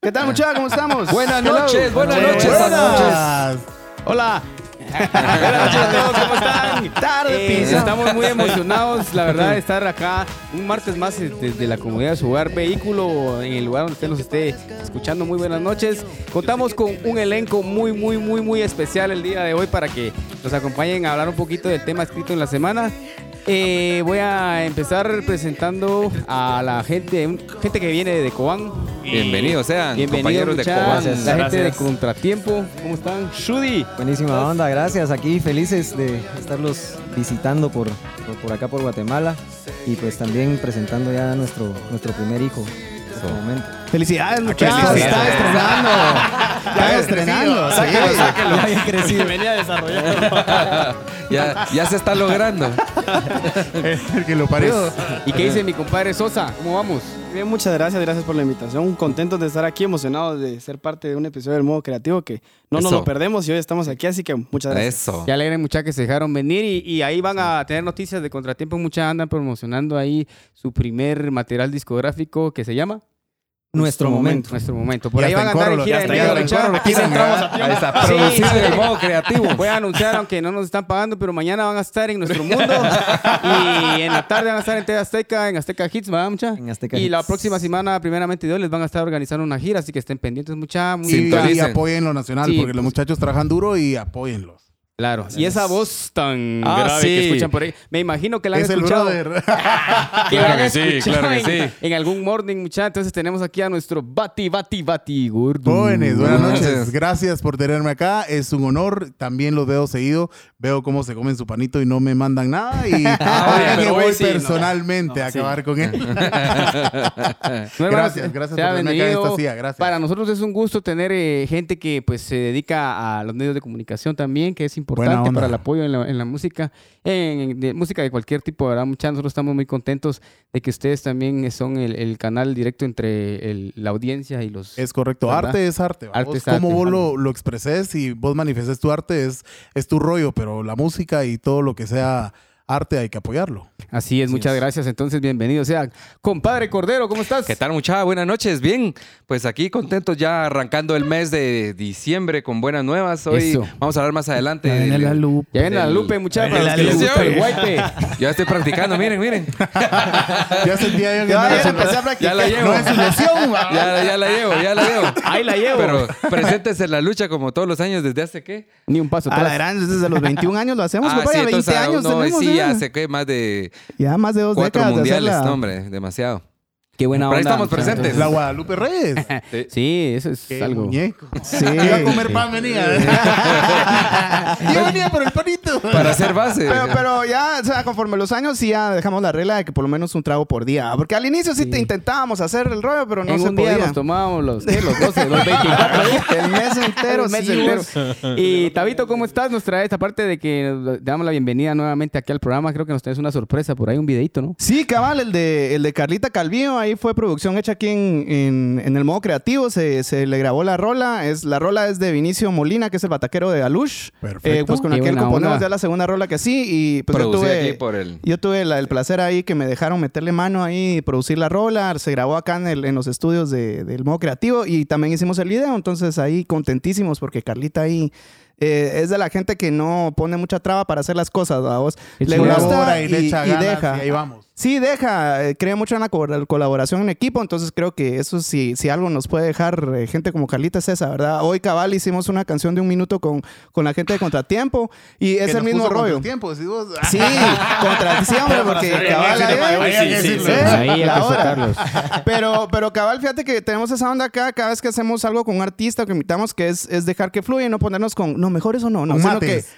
¿Qué tal, muchachos? ¿Cómo estamos? Buenas noches, buenas Hello. noches. Buenas Buenas noches. Hola. Buenas noches a todos, ¿cómo están? Tarde, Eh, pizza. Estamos muy emocionados, la verdad, de estar acá un martes más eh, desde la comunidad de su hogar, vehículo, o en el lugar donde usted nos esté escuchando. Muy buenas noches. Contamos con un elenco muy, muy, muy, muy especial el día de hoy para que nos acompañen a hablar un poquito del tema escrito en la semana. Eh, voy a empezar presentando a la gente, gente que viene de Cobán. Bienvenidos sean, Bienvenidos, compañeros de muchachos. Cobán. La gente de Contratiempo. ¿Cómo están? Shudi. Buenísima onda, gracias. Aquí felices de estarlos visitando por, por, por acá, por Guatemala. Y pues también presentando ya a nuestro, nuestro primer hijo. en este momento. Felicidades, muchachos. muchachos. Está estrenando. Está Felicidades. estrenando. sí. Ya bien crecido. Ya, ya se está logrando. El que lo parece. ¿Y qué dice mi compadre Sosa? ¿Cómo vamos? Bien, muchas gracias, gracias por la invitación. Contentos de estar aquí, emocionados de ser parte de un episodio del modo creativo que no nos Eso. lo perdemos y hoy estamos aquí, así que muchas gracias. Eso. Qué alegre, muchachos, que se dejaron venir y, y ahí van a tener noticias de contratiempo. Muchas andan promocionando ahí su primer material discográfico que se llama Nuestro momento. Nuestro momento. Por Y ahí hasta van a en andar coro en lo- gira y de hasta en miedo, coro lo muchachos. quieren, Aquí se ¿verdad? entramos a Ahí está, Sí, producido sí. de modo creativo. Voy a anunciar, aunque no nos están pagando, pero mañana van a estar en nuestro mundo. y en la tarde van a estar en TV Azteca, en Azteca Hits, ¿verdad, mucha? En Azteca y la Hits. próxima semana, primeramente Dios, les van a estar organizando una gira, así que estén pendientes, mucha. Y- mucha- Y, Sintonicen. apoyen lo nacional, Sí, porque pues. los muchachos trabajan duro y apóyenlos. Claro. Y esa voz tan Ah, grave que sí. escuchan por ahí, me imagino que la han Es el escuchado. brother. que la han Claro que sí, escuchado claro que en, sí. en algún morning, mucha. Entonces tenemos aquí a nuestro Bati, Bati, Bati Gordo. Jóvenes, buenas Buenas noches. noches. Gracias por tenerme acá. Es un honor. También los veo seguido. Veo cómo se comen su panito y no me mandan nada. Y ahora que Ah, pero hoy voy sí, no. personalmente a acabar con él. No, hermanos, Gracias, gracias sea por tenerme acá en bienvenido. esta silla, gracias. Para nosotros es un gusto tener eh, gente que pues se dedica a los medios de comunicación también, que es Buena importante onda. para el apoyo en la, en la música, en, en- de música de cualquier tipo, ¿verdad? Muchas nosotros estamos muy contentos de que ustedes también son el, el canal directo entre el- la audiencia y los... Es correcto. ¿Verdad? Arte es arte. ¿va? Arte Vos es cómo arte. vos lo, lo expreses y vos manifestes tu arte es, es tu rollo, pero la música y todo lo que sea arte hay que apoyarlo. Así es, muchas gracias. Entonces, bienvenido. O sea, compadre Cordero, ¿cómo estás? ¿Qué tal, muchacha? Buenas noches. Bien, pues aquí contentos ya arrancando el mes de diciembre con buenas nuevas. Hoy Eso. vamos a hablar más adelante. del- Ya viene la del- Lupe, muchachos, para los la que les Lupe. gusta el guaype. Ya estoy practicando, miren, miren. Ya sentía yo que Ya, ya no era su- empecé a Ya la llevo. no es su ilusión, ¿va? Ya, ya la llevo, ya la llevo. Ahí la llevo. Pero presentes en la lucha como todos los años desde hace qué? Ni un paso A la atrás. gran, desde los 21 años lo hacemos, Ah, papá, sí, ya 20 entonces, ah, años no, tenemos. sí, ya. hace que más de Ya más de dos cuatro décadas de mundiales, hacerla. no, hombre, demasiado. Qué buena Pero ahí onda, estamos muchachos. presentes. La Guadalupe Reyes. Sí, eso es Qué algo... muñeco. Sí. Iba a comer pan, venía. Yo venía por el panito. Para hacer base. Pero- ya. Pero ya, o sea, conforme los años sí ya dejamos la regla de que por lo menos un trago por día. Porque al inicio sí, te intentábamos hacer el rollo, pero no en se un día podía. nos tomábamos los, ¿qué? los 12, los 24 días. el mes entero, El mes sí, entero. vos. Y Tabito, ¿cómo estás? Nos traes, aparte de que te damos la bienvenida nuevamente aquí al programa, creo que nos tenés una sorpresa por ahí, un videito, ¿no? Sí, cabal, el de, el de Carlita Calvillo, ahí fue producción hecha aquí en, en- en el modo creativo, se, se le grabó la rola, es, la rola es de Vinicio Molina, que es el bataquero de Alush, Perfecto. pues con Qué el que él buena componemos onda. ya la segunda rola que sí, y pues yo Producida tuve, aquí por el- yo tuve la- el placer ahí que me dejaron meterle mano ahí y producir la rola, se grabó acá en, el- en los estudios de- del modo creativo y también hicimos el video, entonces ahí contentísimos porque Carlita ahí... eh, es de la gente que no pone mucha traba para hacer las cosas, a vos. Es Le buena gusta Colabora y, y le echa y ganas deja. y ahí vamos. Sí, deja, eh, cree mucho en la co- colaboración en equipo, entonces creo que eso sí, si algo nos puede dejar eh, gente como Carlita es esa, ¿verdad? Hoy cabal hicimos una canción de un minuto con, con la gente de Contratiempo y es Que el nos mismo puso contra rollo. el tiempo, decís vos. Sí, contra sí, hombre, porque cabal ahí- Sí, Ahí la empezó hora. Carlos. Pero, pero cabal, fíjate que tenemos esa onda acá cada vez que hacemos algo con un artista o que invitamos, que es, es dejar que fluya y no ponernos con, no, mejor eso no, no, Con sino que mates.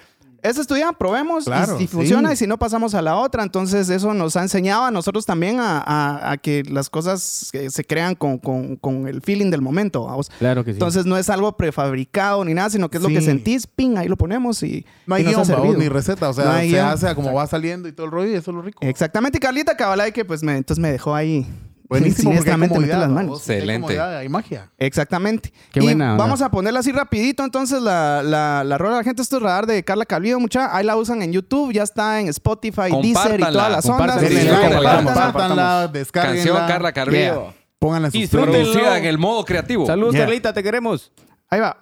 eso es tu idea, probemos, y Claro, si sí. funciona y si no pasamos a la otra. Entonces eso nos ha enseñado a nosotros también a, a- a que las cosas eh, se crean con, con- con el feeling del momento, vamos. Claro que sí. Entonces no es algo prefabricado ni nada, sino que es lo que Sí. sentís, ping, ahí lo ponemos y No hay y nos ha guión, vamos, servido. ni receta. O sea, No hay se guión. hace a como va saliendo y todo el rollo y eso es lo rico. Exactamente, y Carlita Cabal, ahí que pues me, entonces me dejó ahí. Buenísimo, porque hay Siniestamente metí comodidad, las ¿va? manos. Vos, hay Excelente. comodidad, Hay magia. Exactamente. Qué y buena onda. vamos a ponerla así rapidito entonces la, la, la rola de la gente esto es radar de Carla Calvido, mucha. Ahí la usan en YouTube, ya está en Spotify, Deezer y Compártanla, todas las ondas. compártanla, Denle sí, like, compartamos, compártanla, descárguenla. Canción Carla Carrillo. Pónganla en sus Disfruten. playlists. Producida en el modo creativo. Saludos, Yeah. Carlita, te queremos. Ahí va.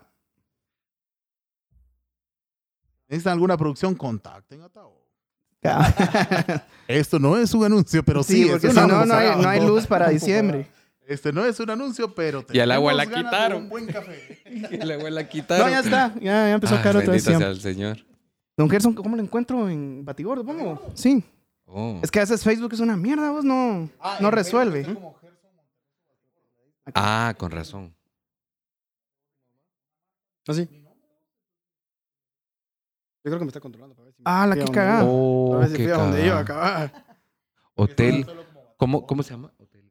¿Necesitan alguna producción? Contacten a Tao. Ya. Esto no es un anuncio, pero Pues sí. Sí, porque esto si no, estamos no hay, hablando. no hay luz para diciembre. Este no es un anuncio, pero Y al agua la tenemos ganas de quitaron. un buen café. La abuela quitaron. No, ya está. Ya, ya empezó a Ay, caer otra vez. bendito Ah, sea diciembre. el señor. Don Gerson, ¿cómo lo encuentro en Batigordo? ¿Cómo? Sí. Oh. Es que a veces Facebook es una mierda, vos no, no resuelve. Ah, con razón. Así. Yo creo que me está controlando. Para ver si me- Ah, la fui a que donde cagada. iba. Oh, A ver si qué fui a donde iba cagada. acá. Hotel. ¿Cómo, ¿Cómo se llama? Hotel.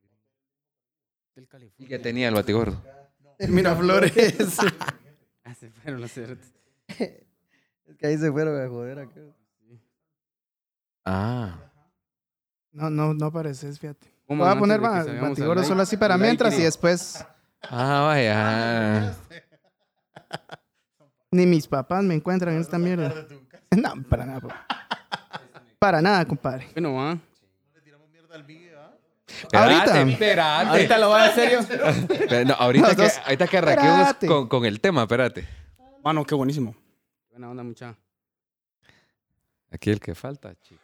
¿Y que tenía el batigordo? Miraflores. es Ah, que ahí se fueron a joder acá. Ah. No, no, no apareces, fíjate. ¿Cómo Voy a antes poner de que va- salgamos Batigordo al solo aire? así para Like mientras y y- después Ah, vaya. ni mis papás me encuentran en esta mierda. No, para nada. pa. Para nada, compadre. Bueno, va. Ahorita. Espérate. Ahorita lo voy a hacer yo. Espérate. No, ahorita, Los que, dos. ahorita que arranquemos Espérate. con, con el tema, espérate. Mano, qué buenísimo. Buena onda, mucha. Aquí el que falta, chico.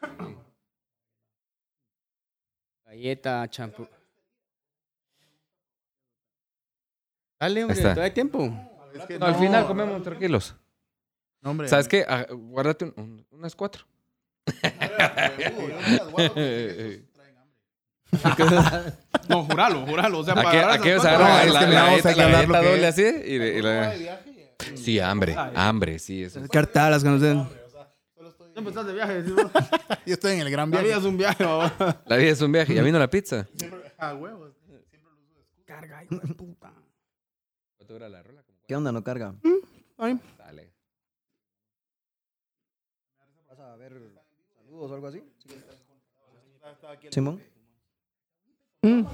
Galleta, champú. Dale, hombre, está. todavía hay tiempo. Es que No, al final comemos tranquilos. No, hombre. ¿Sabes qué? Ah, guárdate un- un- unas cuatro. No, juralo, juralo. O sea, para agarrar Aquellos esas aquellos cuatro- agarran No, ahí es la, que mira, la vamos a galleta, la hablar galleta lo que doble ¿eh? es. así. Y, y la- Sí, hambre, hambre, sí. Eso. es. Cartalas que nos den. No, pues, estás de viaje. decís vos. Yo estoy en el gran La vida viaje. es un viaje. babá. La vida es un viaje. Ya vino la pizza. ¿eh? Carga, hijo de puta. ¿Cuánto dura la rola? ¿Qué onda? No carga. Ay, Dale. ¿Vas a ver saludos o algo así? Simón. mm.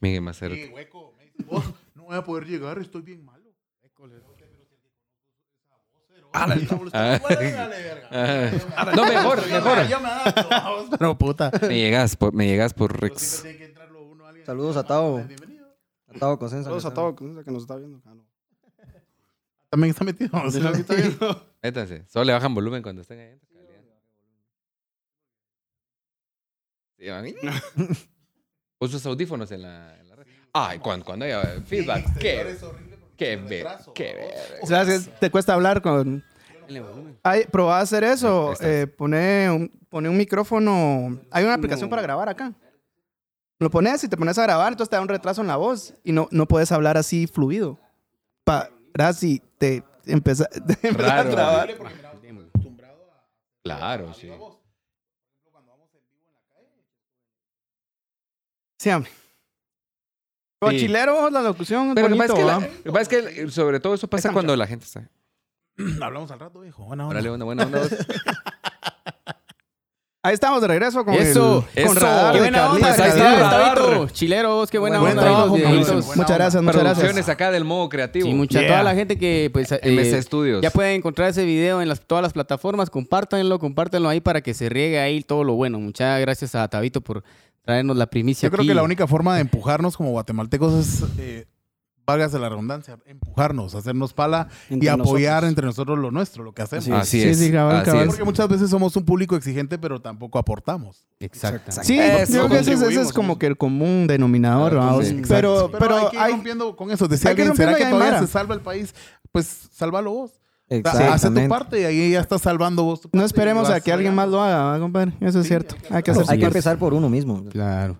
Miguel Macero. Sí, hueco. me dice, "Oh, No voy a poder llegar, estoy bien malo. Ala, el diablo está- Ah. Dale, verga. Ah. No, mejor, Yo me- mejor. yo me adapto, vamos. No, puta. Me llegas por, me llegas por Pero siempre Rex. tiene que entrar lo uno, alguien. Saludos a Tao. Bienvenido. A Tao Cosenza. Saludos que a está- todos que nos está viendo. Ah, no. También está metido. vamos. Sí, lo que está viendo. Métanse. Solo le bajan volumen cuando estén ahí. Sí, a mí. Pon sus audífonos en la, en la red. Ay, cuando, cuando haya feedback. Qué, Es horrible porque qué tiene ver, retraso, qué vamos. ver. ¿Sabes qué? Te cuesta hablar con... Dale, volumen. Ay, probá a hacer Ahí eso. estás. Eh, pone, un, pone un micrófono. Hay una aplicación para grabar acá. Lo pones y te pones a grabar, entonces te da un retraso en la voz y no, no puedes hablar así fluido. Pa, verás si te empieza, te empieza a Raro. trabar. Claro, sí. Sí, hombre. Cochilero, vos, la locución. es Pero lo que, pasa bonito, es que la- ¿ah? ¿va? lo que pasa es que sobre todo eso pasa cuando la gente está. Hablamos al rato, viejo. Buena onda. Órale, una buena onda. Ahí estamos de regreso con Eso, el, con eso. radar Qué de buena onda, Carlita, pues ahí Carlita. está, Gustavito. Chileros, qué buena Buen onda. trabajo, los Mauricio. viejitos. Buena Muchas gracias, muchas gracias. Producciones acá del modo creativo. Sí, mucha, Yeah. toda la gente que pues eh, MC Studios. ya pueden encontrar ese video en las, todas las plataformas, compártanlo, compártanlo ahí para que se riegue ahí todo lo bueno. Muchas gracias a Tabito por traernos la primicia. Yo creo aquí. que la única forma de empujarnos como guatemaltecos es, eh, válgase la redundancia, empujarnos, hacernos pala y Entre apoyar nosotros. entre nosotros lo nuestro, lo que hacemos. Así Así Sí, es. sí, cabal, así cabal. es. Porque muchas veces somos un público exigente, pero tampoco aportamos. Exacto. Sí, Eso, yo creo que ese, ese es contribuimos, como que el común denominador, Claro, vamos. sí, Pero, pero, hay que ir hay- rompiendo con eso. Decía hay que alguien, ¿será romperlo que y hay todavía mara". se salva el país? Pues, sálvalo vos. O sea, hace tu Exactamente. parte y ahí ya estás salvando vos. tu no parte esperemos y vas a que alguien más allá. lo haga, ¿va, compadre. Eso es cierto. Hay que hacer su Hay que parte. empezar por uno mismo. Claro.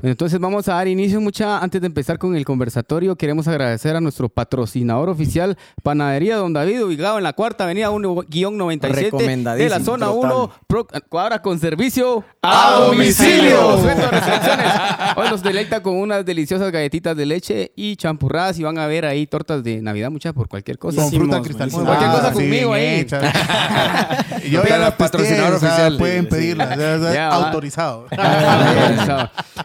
Bueno, Entonces vamos a dar inicio, mucha. Antes de empezar con el conversatorio, queremos agradecer a nuestro patrocinador oficial, Panadería Don David, ubicado en la cuarta avenida 1-97 de la Recomendadísimo, zona total. 1, pro- cuadra con servicio ¡A domicilio! Suelto de restricciones. Hoy nos deleita con unas deliciosas galletitas de leche y champurradas y van a ver ahí tortas de Navidad, mucha, por cualquier cosa. Con fruta Hicimos, cristalizada. buenísimo. Cualquier Ah, cosa sí, conmigo bien ahí. hecha. Y Yo Pero ya el las patrocinador patrocinador oficial. Pueden Sí. pedirlas. ya, ya, Ya, va. Autorizado. Bien,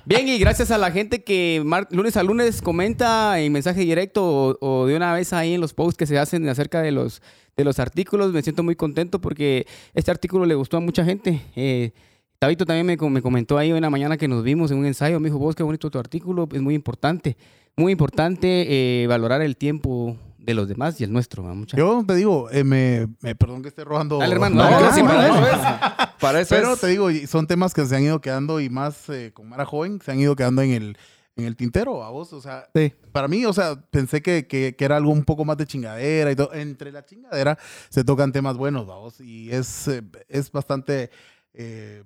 También, y gracias a la gente que mar- lunes a lunes comenta en mensaje directo o, o de una vez ahí en los posts que se hacen acerca de los, de los artículos, me siento muy contento porque este artículo le gustó a mucha gente. Eh, Tabito también me, co- me comentó ahí una mañana que nos vimos en un ensayo, me dijo, vos qué bonito tu artículo, es muy importante, muy importante eh, valorar el tiempo de los demás y el nuestro. ¿va? Mucha- Yo te digo, eh, me, me- perdón que esté robando. Dale, hermano, No, dale, No, claro, sí, no, para no. eso es. Para eso Pero es. te digo, y son temas que se han ido quedando y más eh, con Mara Joven, se han ido quedando en el, en el tintero, a vos. O sea, Sí. para mí, o sea, pensé que, que- que era algo un poco más de chingadera y todo. Entre la chingadera se tocan temas buenos, ¿va vos. Y es, eh, es bastante eh,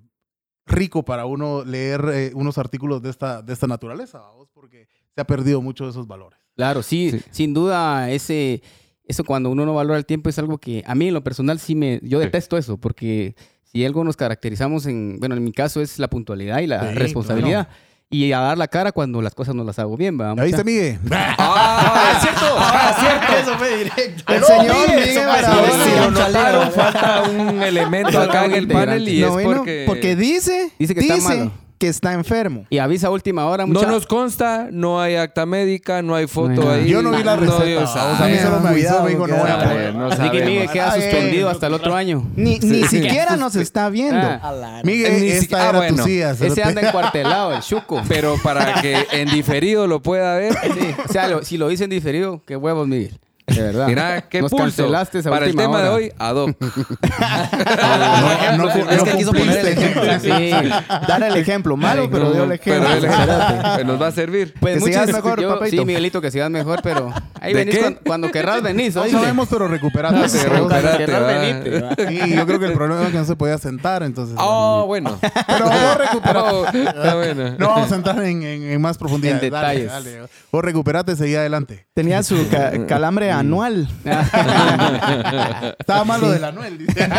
rico para uno leer eh, unos artículos de esta, de esta naturaleza, ¿va vos, porque se ha perdido mucho de esos valores. Claro, sí, Sí. sin duda ese eso cuando uno no valora el tiempo es algo que a mí en lo personal sí me yo Sí. detesto eso porque si algo nos caracterizamos en bueno en mi caso es la puntualidad y la Sí, responsabilidad y a dar la cara cuando las cosas no las hago bien, ¿verdad? ¿Ya viste, mucha? Miguel? Ah, es cierto. Eso fue directo. El señor Miguel, Miguel eso Barahona. parece- Si lo Chalero. notaron, falta un elemento acá en el panel y es No, vino porque... porque dice, Dice que está malo. que está enfermo. Y avisa a última hora, No mucha. nos consta, no hay acta médica, no hay foto No hay nada. ahí. Yo no vi la receta. Dios vamos, a mí sabe. solo me avisó, cuidado, me dijo, no porque voy a da- poder. Eh, no Así que Miguel sabemos. queda Ay, suspendido hasta el otro año. Ni, ni siquiera nos está viendo. Ah, Miguel, Ni esta siquiera- ah, era bueno. tu silla. ese cerote. anda encuartelado, el chuco. Pero para que en diferido lo pueda ver. Sí, o sea, lo- si lo dicen diferido, qué huevos, Miguel. De verdad. Mira, qué Nos pulso. cancelaste esa Para el última tema de hora. hoy, ad hoc. No, no, Es que no quiso poner el cumpliste. ejemplo. Sí. Dar el ejemplo malo, pero No, dio el pero ejemplo. dio el ejemplo. Nos va a servir. Pues Que muchas sigas mejor, yo- papadito. Sí, Miguelito, que sigas mejor, pero ahí ¿De venís qué? cuando, cuando querrás venís, No oíste. sabemos, pero recuperamos. Sí, Cuando Recuperate, querrás va. venite, va. Sí, yo creo que el problema es que no se podía sentar, entonces. Oh, bueno. Pero vos recuperate. Oh, está bueno. No vamos a entrar en, en- en más profundidad. En Dale, detalles. dale. Vos recuperate, seguí adelante. Tenía su ca- calambre anual. Estaba malo del Anuel, dice.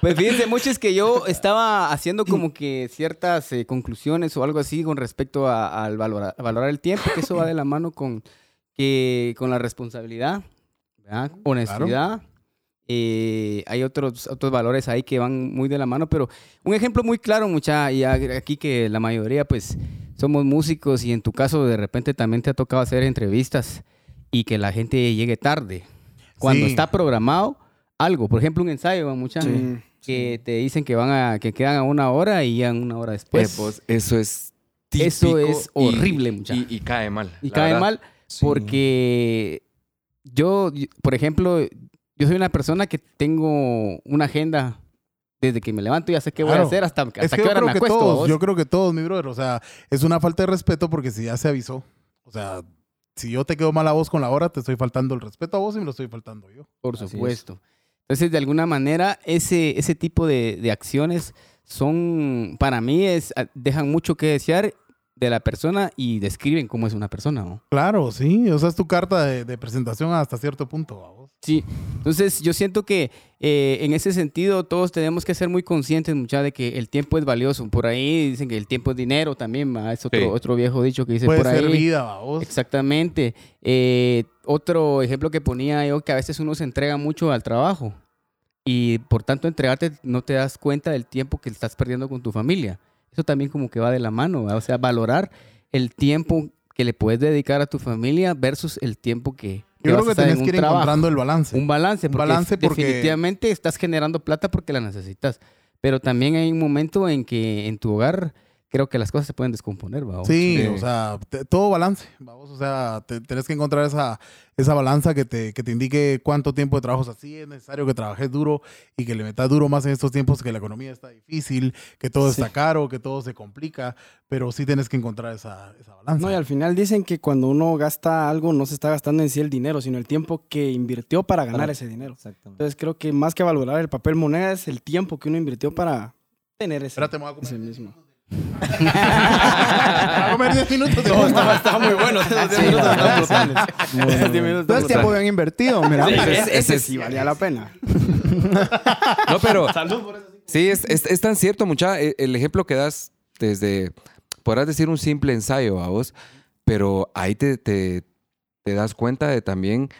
Pues fíjense, mucho es que yo estaba haciendo como que ciertas eh, conclusiones o algo así con respecto a- al valorar, valorar el tiempo, que eso va de la mano con, que, con la responsabilidad, ¿verdad? honestidad. Eh, hay otros, otros valores ahí que van muy de la mano, pero un ejemplo muy claro, mucha, y a- aquí que la mayoría pues somos músicos y en tu caso de repente también te ha tocado hacer entrevistas y que la gente llegue tarde. Cuando Sí. está programado algo, por ejemplo un ensayo, mucha, que te dicen que van a que quedan a una hora y llegan una hora después. Eh, pues, eso es típico. Eso es y- horrible, muchacho. Y, y cae mal. y la cae verdad. mal porque yo, yo- por ejemplo, yo soy una persona que tengo una agenda desde que me levanto ya sé qué voy Claro. a hacer hasta, hasta Es que qué yo hora creo me que acuesto. todos, ¿vos? yo creo que todos, mi brother. O sea, es una falta de respeto porque si ya se avisó. O sea, si yo te quedo mala voz con la hora, te estoy faltando el respeto a vos y me lo estoy faltando yo. Por Así es. supuesto. Entonces, de alguna manera, ese, ese tipo de, de acciones son, para mí, es, ah, dejan mucho que desear de la persona y describen cómo es una persona. ¿no? Claro, sí. O sea, es tu carta de, de presentación hasta cierto punto, ¿va vos. Sí, entonces yo siento que eh, en ese sentido todos tenemos que ser muy conscientes, muchachos, de que el tiempo es valioso. Por ahí dicen que el tiempo es dinero también, ma, es otro, Sí. otro viejo dicho que dice Puede por ahí. ser vida, ¿va vos. Exactamente. Eh, otro ejemplo que ponía yo, que a veces uno se entrega mucho al trabajo y por tanto entregarte no te das cuenta del tiempo que estás perdiendo con tu familia. Eso también como que va de la mano, ¿verdad? o sea, valorar el tiempo que le puedes dedicar a tu familia versus el tiempo que... que vas Yo creo a que estar en tenés que ir un trabajo. encontrando el balance. Un balance, Un porque balance porque- definitivamente estás generando plata porque la necesitas. Pero también hay un momento en que en tu hogar creo que las cosas se pueden descomponer, ¿va? Sí, Sí. o sea, te- todo balance, vamos, o sea, te- tenés que encontrar esa, esa balanza que te, que te indique cuánto tiempo de trabajo es así, es necesario que trabajes duro y que le metas duro más en estos tiempos que la economía está difícil, que todo está caro, que todo se complica, pero sí tienes que encontrar esa, esa balanza. No, y al final dicen que cuando uno gasta algo, no se está gastando en sí el dinero, sino el tiempo que invirtió para ganar Para- ese dinero. Exactamente. Entonces creo que más que valorar el papel moneda es el tiempo que uno invirtió para tener ese, Espérate, me voy a comer. ese mismo. Me voy a comer 10 minutos de Estaba, estaba muy bueno. Esos 10 minutos estaban brutales. Esos 10 minutos Todo el tiempo bien invertido, mira. Sí, Ese, ese- ese sí sí. valía la pena. No, pero Salud por eso. sí, es, es- es tan cierto, mucha. El, el ejemplo que das desde. Podrás decir un simple ensayo a vos, pero ahí te, te, te das cuenta de también.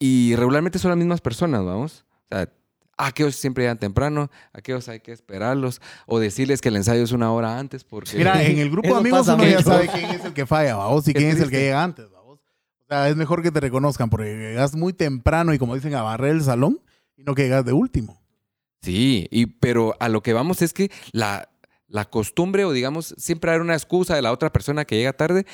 Y regularmente son las mismas personas, vamos. O sea, Aquellos siempre llegan temprano, aquellos hay que esperarlos, o decirles que el ensayo es una hora antes porque... Mira, en el grupo de Eso amigos pasa uno ya mucho. sabe quién es el que falla, vamos, y Qué quién es el que triste. llega antes, vamos. O sea, es mejor que te reconozcan porque llegas muy temprano y como dicen, a barrer el salón y no que llegas de último. Sí, y, pero a lo que vamos es que la, la costumbre o digamos siempre hay una excusa de la otra persona que llega tarde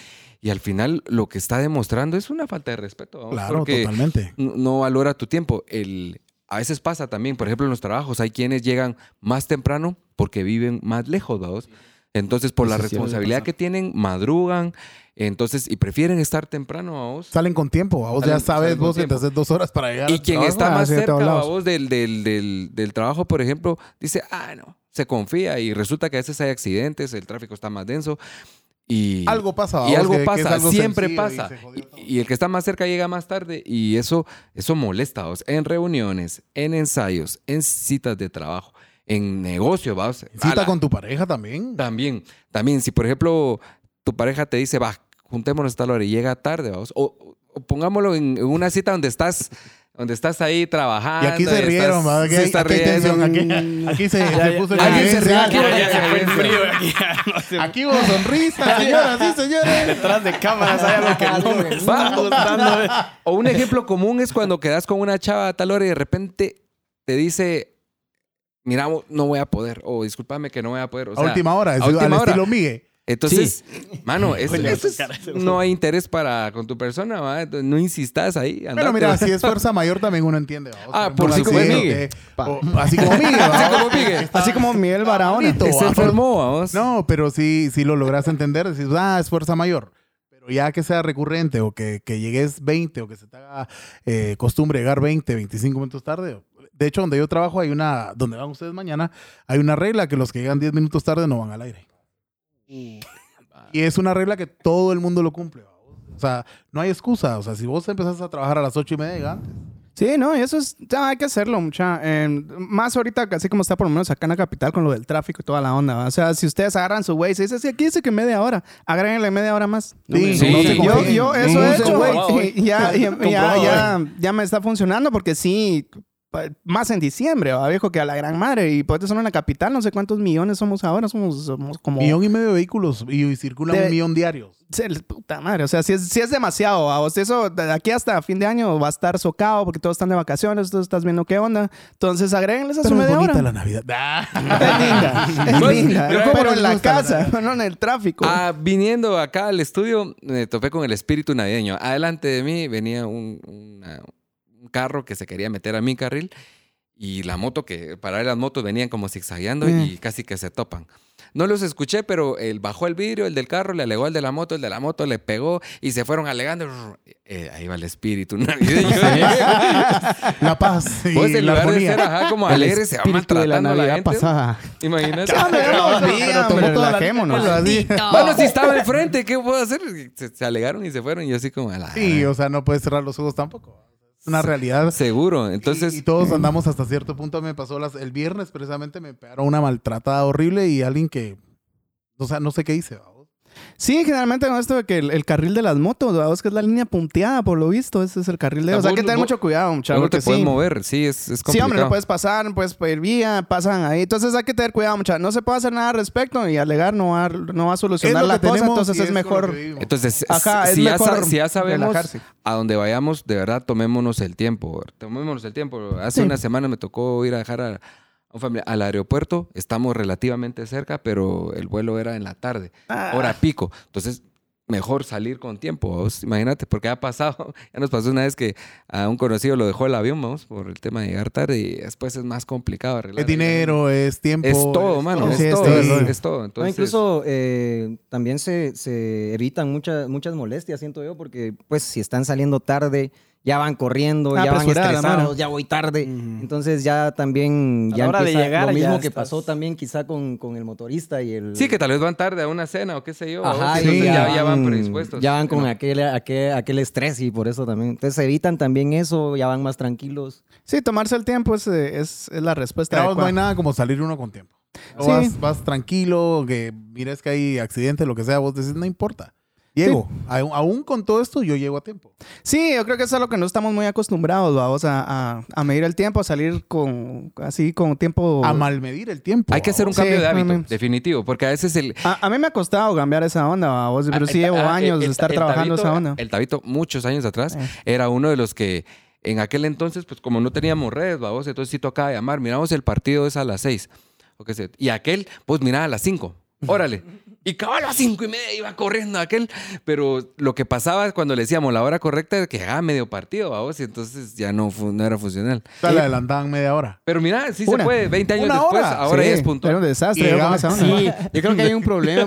y al final lo que está demostrando es una falta de respeto. ¿no? Claro, Porque totalmente. n- no valora tu tiempo. El, a veces pasa también, por ejemplo, en los trabajos hay quienes llegan más temprano porque viven más lejos, ¿vaos? Entonces, por la Eso sí suele responsabilidad pasar. que tienen, madrugan, entonces, y prefieren estar temprano, ¿vaos? Salen con tiempo, vamos, ya Salen- sabes salen con vos que te tiempo. haces dos horas para llegar. Y al quien trabajo. está ah, más sí, de cerca todos lados. babos, del, del, del, del trabajo, por ejemplo, dice, ah, no, se confía y resulta que a veces hay accidentes, el tráfico está más denso y Algo pasa, y vamos, algo que- que es pasa, algo siempre sencillo y pasa. se jodió todo. Y, y el que está más cerca llega más tarde y eso, eso molesta babos, en reuniones, en ensayos, en citas de trabajo, en negocios, babos. Cita Ala, con tu pareja también. también, también, si por ejemplo tu pareja te dice, va, juntémonos a tal hora y llega tarde, vamos, o, o pongámoslo en, en una cita donde estás, donde estás ahí Y trabajando. aquí se estás- rieron, ¿verdad? sí, Aquí, hay- estás aquí hay riendo. tensión, aquí, aquí se, se puso en Alguien se rió, evidencia. aquí Ya se fue el Aquí- frío aquí. ya no se- Aquí hubo sonrisa, señoras, sí, señores. Detrás de cámaras hay algo que no me está gustando. O un ejemplo común es cuando quedas con una chava a tal hora y de repente te dice, mira, no voy a poder, o discúlpame que no voy a poder. O a sea, última hora, a al última hora. estilo Migue. Entonces, mano, es- Oye, eso es- cara, eso- no hay interés para con tu persona, ¿va? Entonces, no insistas ahí. Pero andate, mira, ¿va? si es fuerza mayor también uno entiende. ¿va? O sea, Ah, por un si como es accidente, Pa. o- Así eh, como Migue. ¿va? Así como Migue. Está- Así como Miguel Barahona. bonito, ¿Ah? Se ¿va? enfermó, vamos. No, pero sí, sí lo logras entender, decís, ah, es fuerza mayor. Pero ya que sea recurrente o que, que llegues 20 o que se te haga eh, costumbre llegar 20, 25 minutos tarde. De hecho, donde yo trabajo hay una, donde van ustedes mañana, hay una regla que los que llegan 10 minutos tarde no van al aire. Y es una regla que todo el mundo lo cumple. ¿va? O sea, no hay excusa. O sea, si vos empezás a trabajar a las 8 y media, llega antes. Sí, no, y eso es, ya hay que hacerlo, mucha. Eh, más ahorita, así como está por lo menos acá en la capital con lo del tráfico y toda la onda. ¿va? O sea, si ustedes agarran su Waze, dice, sí, aquí dice que media hora, agréguenle media hora más. Sí, sí. no se Yo- Yo, confíen. yo No eso he usen hecho, Waze. güey. Y Ya, ya, ya, Comprobado, ya, ya me está funcionando porque sí, pa- más en diciembre, ¿va, viejo, que a la gran madre. Y pues solo en la capital, no sé cuántos millones somos ahora, somos, somos como... Millón y medio de vehículos y, y circulan De- un millón diarios. Sí, el- Puta madre, o sea, si es, sí es demasiado, ¿va? O sea, eso de aquí hasta fin de año va a estar socado porque todos están de vacaciones, todos estás viendo qué onda. Entonces agréguenles a su Pero es media bonita hora. la Navidad. Ah. Pues, Es linda, es linda. Pero en la casa, no en el tráfico. Ah, viniendo acá al estudio, me topé con el espíritu navideño. Adelante de mí venía un, una- un carro que se quería meter a mi carril y la moto que, para él las motos venían como zigzagueando Mm. y casi que se topan. No los escuché, pero él bajó el vidrio, el del carro le alegó al de la moto, el de la moto le pegó y se fueron alegando. Eh, ahí va el espíritu navideño. La paz y Pues en la lugar de armonía. ser ajá, como alegre, se va maltratando a la gente. pasada. Imagínate. Pero tomó toda la- Bueno, así. Mano, si estaba enfrente, ¿qué puedo hacer? Se, se alegaron y se fueron. Y yo así como, a la- Sí, o sea, no puedes cerrar los ojos tampoco. Es una realidad. seguro. Entonces, y, y todos andamos hasta cierto punto. Me pasó las, el viernes precisamente, me pegaron una maltratada horrible y alguien que, o sea, no sé qué hice. ¿va? Sí, generalmente con esto de que el, el carril de las motos, ¿va? Es que es la línea punteada, por lo visto, ese es el carril de... O sea, hay que tener mucho cuidado, muchachos. luego te porque puedes sí. mover. Sí, es, es Sí, complicado. hombre, no puedes pasar, puedes pedir vía, pasan ahí. Entonces hay que tener cuidado, muchachos. No se puede hacer nada al respecto y alegar no va, no va a Es solucionar lo la que cosa. tenemos Entonces y es, con lo mejor. que vivimos. Entonces, Ajá, si, es si ya, mejor sa- si ya sabemos relajarse. a dónde vayamos, de verdad, tomémonos el tiempo. Tomémonos el tiempo. Hace Sí. una semana me tocó ir a dejar a, a un familiar al aeropuerto. Estamos relativamente cerca, pero el vuelo era en la tarde, hora pico. Entonces, mejor salir con tiempo. vamos. Imagínate, porque ha pasado, ya nos pasó una vez que a un conocido lo dejó el avión, vamos, por el tema de llegar tarde y después es más complicado arreglar. Es el dinero, es tiempo. Es todo, mano. todo. Es Sí, es todo. todo, es- sí. Es todo. No, Entonces, incluso eh, también se, se evitan muchas muchas molestias, siento yo, porque pues si están saliendo tarde, ya van corriendo, Ah, ya van apresurada la mano. estresados, ya voy tarde. Entonces ya también A ya la hora de empieza llegar, lo ya mismo que estás- pasó también quizá con, con el motorista y el... Sí, que tal vez van tarde a una cena o qué sé yo. Ajá, o- y entonces ya, ya, ya van predispuestos. Ya van con Pero- aquel, aquel, aquel estrés y por eso también. Entonces se evitan también eso, ya van más tranquilos. Sí, tomarse el tiempo es, eh, es, es la respuesta. Pero no adecuada. hay nada como salir uno con tiempo. O Sí. vas, vas tranquilo, que mires que hay accidentes, lo que sea, vos decís, no importa. Diego, aún, aún con todo esto yo llego a tiempo. Sí, yo creo que eso es lo que no estamos muy acostumbrados, vamos a, a, a medir el tiempo, a salir con así con tiempo. A malmedir el tiempo. Hay que hacer un Sí, cambio de hábito, mami. definitivo, porque a veces el... A, a mí me ha costado cambiar esa onda, vamos, pero sí llevo Ah, el- años el- de estar el trabajando Tabito- esa onda. El Tabito, muchos años atrás, Eh. era uno de los que en aquel entonces, pues como no teníamos redes, vamos, entonces sí tocaba llamar, miramos el partido es a las seis, o qué sé, y aquel, pues miraba a las cinco, órale. Y cabal a las cinco y media iba corriendo aquel, pero lo que pasaba cuando le decíamos la hora correcta era que llegaba medio partido, vamos, y entonces ya no, fu- no era funcional. O sea, le adelantaban media hora. Pero mira, sí Una. se puede, 20 años Una después, hora. ahora Sí, ya es puntual. Era un desastre, Y yo con esa onda. Sí, yo creo que hay un problema,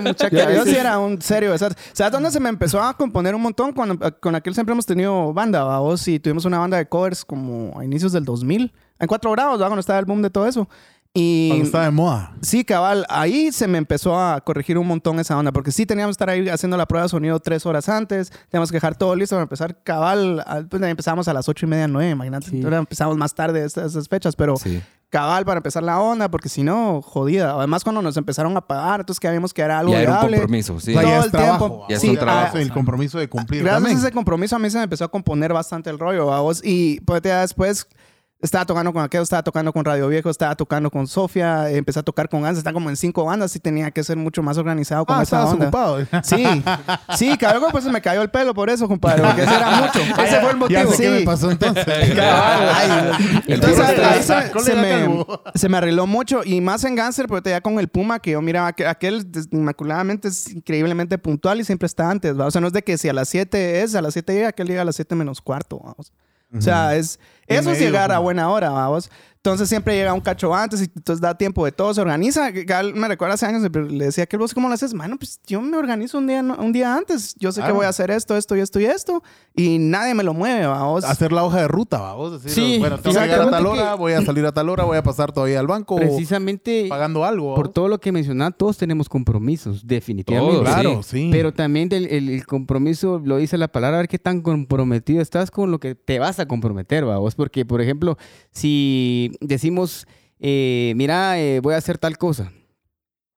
Yo, muchacha. yo sí era un serio desastre. ¿Sabes dónde se me empezó a componer un montón? Con, con aquel siempre hemos tenido banda, ¿va? vos y tuvimos una banda de covers como a inicios del 2000, en cuatro grados, ¿va? cuando estaba el boom de todo eso. Y Cuando estaba de moda. sí, cabal, ahí se me empezó a corregir un montón esa onda, porque sí teníamos que estar ahí haciendo la prueba de sonido tres horas antes, teníamos que dejar todo listo para empezar cabal, al- pues, empezamos a las ocho y media, nueve, imagínate, ahora empezamos más tarde estas- esas fechas, pero Sí. cabal para empezar la onda, porque si no, jodida. Además, cuando nos empezaron a pagar, entonces que habíamos que era algo Ya era un viable. compromiso, sí. O sea, Todo ya es el trabajo. tiempo. ¿va? Ya es O sea, un trabajo. el compromiso de cumplir Gracias también. a ese compromiso a mí se me empezó a componer bastante el rollo, vamos. Y pues ya después estaba tocando con aquello, estaba tocando con Radio Viejo, estaba tocando con Sofía, eh, empecé a tocar con bandas, estaba como en cinco bandas y tenía que ser mucho más organizado con Ah, esa estabas onda. ocupado. Sí, sí, cabrón, pues se me cayó el pelo por eso, compadre, porque ese era mucho. Ese fue el motivo. Ya sé qué Sí. me pasó entonces. Entonces, puro ahí estrés. se, ¿Cuál se era me, calvo? se me arregló mucho. Y más en Gánster, porque ya con el Puma, que yo miraba que aquel des- inmaculadamente es increíblemente puntual y siempre está antes. ¿va? O sea, no es de que si a las 7 es, a las 7 llega, aquel llega a las 7 menos cuarto. vamos. O sea, es, Y eso es medio, llegar a ¿no? buena hora, vamos. Entonces siempre llega un cacho antes y entonces da tiempo de todo, se organiza. Gal me recuerda hace años, siempre le decía que vos cómo lo haces, mano, pues yo me organizo un día, no- un día antes. Yo sé Claro. que voy a hacer esto, esto y esto y esto. Y nadie me lo mueve, vamos. Hacer la hoja de ruta, vamos. Decir, Sí, bueno, tengo que llegar a exactamente tal hora, que- voy a salir a tal hora, voy a pasar todavía al banco Precisamente pagando algo. por ¿va? todo lo que mencionaba, todos tenemos compromisos, definitivamente. Todos, Claro, sí. Pero también del- el, el compromiso, lo dice la palabra, a ver qué tan comprometido estás con lo que te vas a comprometer, va vos. Porque, por ejemplo, si decimos, eh, mira, eh, voy a hacer tal cosa,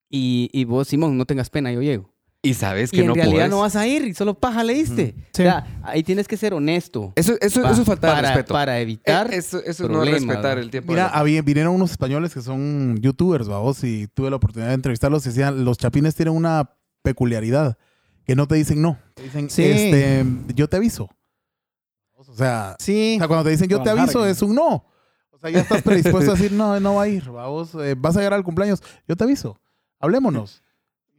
y, y vos, Simón, no tengas pena, yo llego. Y sabes y que en no realidad puedes. no vas a ir, solo paja le diste. Sí. O sea, ahí tienes que ser honesto. Eso, eso, pa- eso es falta para, de respeto. Para evitar. Eh, Eso, eso es no problemas, respetar ¿no? el tiempo. de Mira, la- había- vinieron unos españoles que son youtubers, vamos, y tuve la oportunidad de entrevistarlos y decían, los chapines tienen una peculiaridad, que no te dicen no, te dicen, Sí. este, yo te aviso. O sea, sí. o sea, cuando te dicen yo te Trabajar aviso aquí. es un no. O sea, ya estás predispuesto a decir, no, no va a ir, vamos, eh, vas a llegar al cumpleaños, yo te aviso, hablémonos.